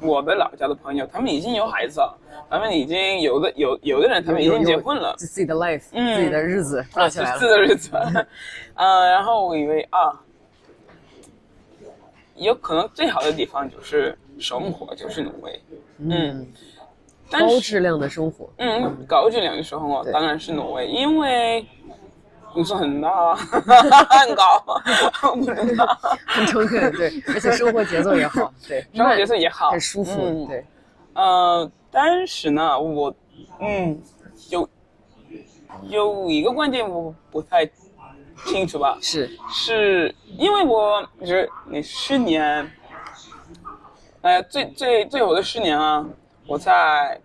[SPEAKER 2] 我的老家的朋友，他们已经有孩子了，他们已经有的有有的人他们已
[SPEAKER 1] 有
[SPEAKER 2] 经结
[SPEAKER 1] 有
[SPEAKER 2] 婚了。
[SPEAKER 1] 就自己的 life，、
[SPEAKER 2] 嗯
[SPEAKER 1] 自己的日子过
[SPEAKER 2] 啊，
[SPEAKER 1] 起
[SPEAKER 2] 十
[SPEAKER 1] 来
[SPEAKER 2] 四
[SPEAKER 1] 了。
[SPEAKER 2] 的日子，啊，然后我以为啊，有可能最好的地方就是生活，就是挪威，
[SPEAKER 1] 嗯，
[SPEAKER 2] 但
[SPEAKER 1] 高
[SPEAKER 2] 是
[SPEAKER 1] 质量的生活。
[SPEAKER 2] 嗯，高质量的生活
[SPEAKER 1] 对
[SPEAKER 2] 当然是挪威，因为工资很
[SPEAKER 1] (laughs)
[SPEAKER 2] 大，啊很高，不知道，
[SPEAKER 1] 很诚恳，对，而且生活节奏也好，对，
[SPEAKER 2] (laughs) 生活节奏也好，
[SPEAKER 1] 很舒服，
[SPEAKER 2] 嗯
[SPEAKER 1] 对，
[SPEAKER 2] 呃，但是呢，我嗯有有一个观点我不太清楚吧，
[SPEAKER 1] 是，
[SPEAKER 2] 是因为我就是那十年，呃，最最最后的十年啊，我在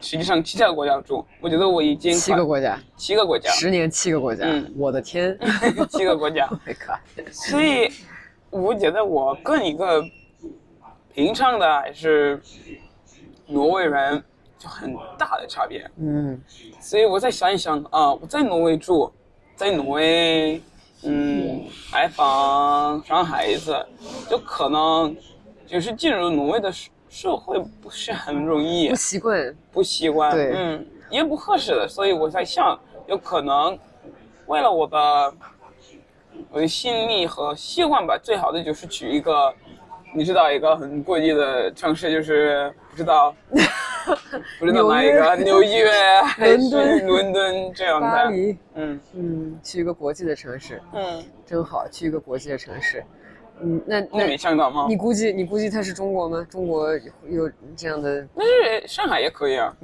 [SPEAKER 2] 实际上七个国家住，我觉得我已经
[SPEAKER 1] 七个国家，
[SPEAKER 2] 七个国家，
[SPEAKER 1] 十年七个国家
[SPEAKER 2] 嗯，
[SPEAKER 1] 我的天
[SPEAKER 2] (laughs) 七个国家，
[SPEAKER 1] (laughs) ，Oh my god，
[SPEAKER 2] 所以我觉得我跟一个平常的还是挪威人就很大的差别，
[SPEAKER 1] 嗯，
[SPEAKER 2] 所以我再想一想啊，我在挪威住，在挪威，嗯，海防生孩子，就可能就是进入挪威的社社会不是很容易
[SPEAKER 1] 不，习惯，
[SPEAKER 2] 不习惯，
[SPEAKER 1] 对
[SPEAKER 2] 嗯，也不合适的，所以我在想，有可能为了我的我的心力和习惯吧，最好的就是去一个。你知道一个很国际的城市，就是不
[SPEAKER 1] (laughs)
[SPEAKER 2] 知道，不知道哪一个，纽约还是
[SPEAKER 1] 伦敦
[SPEAKER 2] 伦敦这样
[SPEAKER 1] 巴
[SPEAKER 2] 的。
[SPEAKER 1] 黎，
[SPEAKER 2] 嗯
[SPEAKER 1] 嗯，去一个国际的城市，
[SPEAKER 2] 嗯
[SPEAKER 1] 真好，去一个国际的城市，嗯，那
[SPEAKER 2] 那没香港吗？
[SPEAKER 1] 你估计你估计它是中国吗？中国有这样
[SPEAKER 2] (laughs)
[SPEAKER 1] 的？
[SPEAKER 2] 但是上海也可以啊。 (laughs)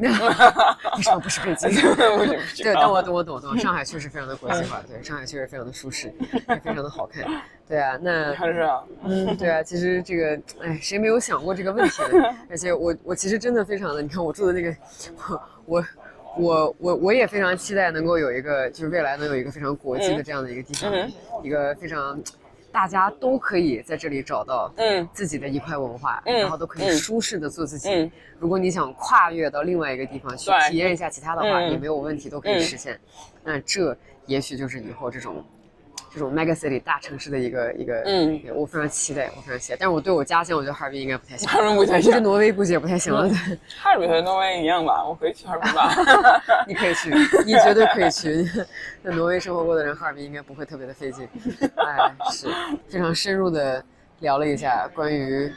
[SPEAKER 1] 你说不是北京？
[SPEAKER 2] 我也不知
[SPEAKER 1] 对，
[SPEAKER 2] 道
[SPEAKER 1] 但我懂，我懂，我
[SPEAKER 2] (laughs)
[SPEAKER 1] 懂。上海确实非常的国际化，对，上海确实非常的舒适，也非常的好看。对啊，
[SPEAKER 2] (laughs)
[SPEAKER 1] 那
[SPEAKER 2] 还是啊，
[SPEAKER 1] 嗯，对啊，其实这个，哎，谁没有想过这个问题
[SPEAKER 2] (laughs)
[SPEAKER 1] 呢？而且我我其实真的非常的，你看我住的那个，我我我我我也非常期待能够有一个，就是未来能有一个非常国际的这样的一个地方，
[SPEAKER 2] 嗯
[SPEAKER 1] 一个非常大家都可以在这里找到
[SPEAKER 2] 嗯
[SPEAKER 1] 自己的一块文化，
[SPEAKER 2] 嗯
[SPEAKER 1] 然后都可以
[SPEAKER 2] 嗯
[SPEAKER 1] 舒适的做自己。
[SPEAKER 2] 嗯
[SPEAKER 1] 如果你想跨越到另外一个地方去
[SPEAKER 2] 对
[SPEAKER 1] 体验一下其他的话，
[SPEAKER 2] 嗯
[SPEAKER 1] 也没有问题，都可以
[SPEAKER 2] 嗯
[SPEAKER 1] 实现。那这也许就是以后这种这种 mega city 大城市的一个一个，
[SPEAKER 2] 嗯，
[SPEAKER 1] 我非常期待，我非常期待。但是我对我家乡，我觉得哈尔滨应该不太
[SPEAKER 2] (laughs)
[SPEAKER 1] 行，
[SPEAKER 2] 哈尔滨不太行
[SPEAKER 1] 我对挪威估计也不太行了。对
[SPEAKER 2] 哈尔滨和挪威一样吧？我可以去哈尔滨吧？
[SPEAKER 1] (laughs) 你可以去，你绝对可以去。 (laughs) 那挪威生活过的人，哈尔滨应该不会特别的费
[SPEAKER 2] (laughs)
[SPEAKER 1] 劲。哎，是非常深入的聊了一下关于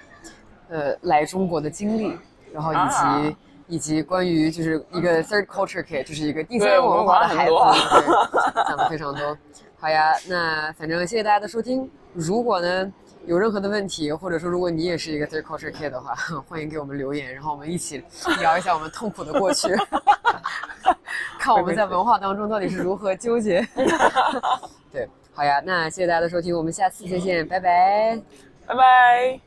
[SPEAKER 1] 呃来中国的经历，然后以及、
[SPEAKER 2] 啊
[SPEAKER 1] 以及关于就是一个 third culture kid，就是一个第三
[SPEAKER 2] 对我
[SPEAKER 1] 文
[SPEAKER 2] 们
[SPEAKER 1] 化的
[SPEAKER 2] 玩
[SPEAKER 1] 孩
[SPEAKER 2] 很
[SPEAKER 1] 子，
[SPEAKER 2] 多
[SPEAKER 1] 对讲的非常多。好呀，那反正谢谢大家的收听。如果呢有任何的问题，或者说如果你也是一个 third culture kid 的话， (laughs) 欢迎给我们留言，然后我们一起聊一下我们痛苦的过去， (laughs) 看我们在文化当中到底是如何纠结。对，好呀，那谢谢大家的收听，我们下次再见，拜拜。
[SPEAKER 2] 拜拜。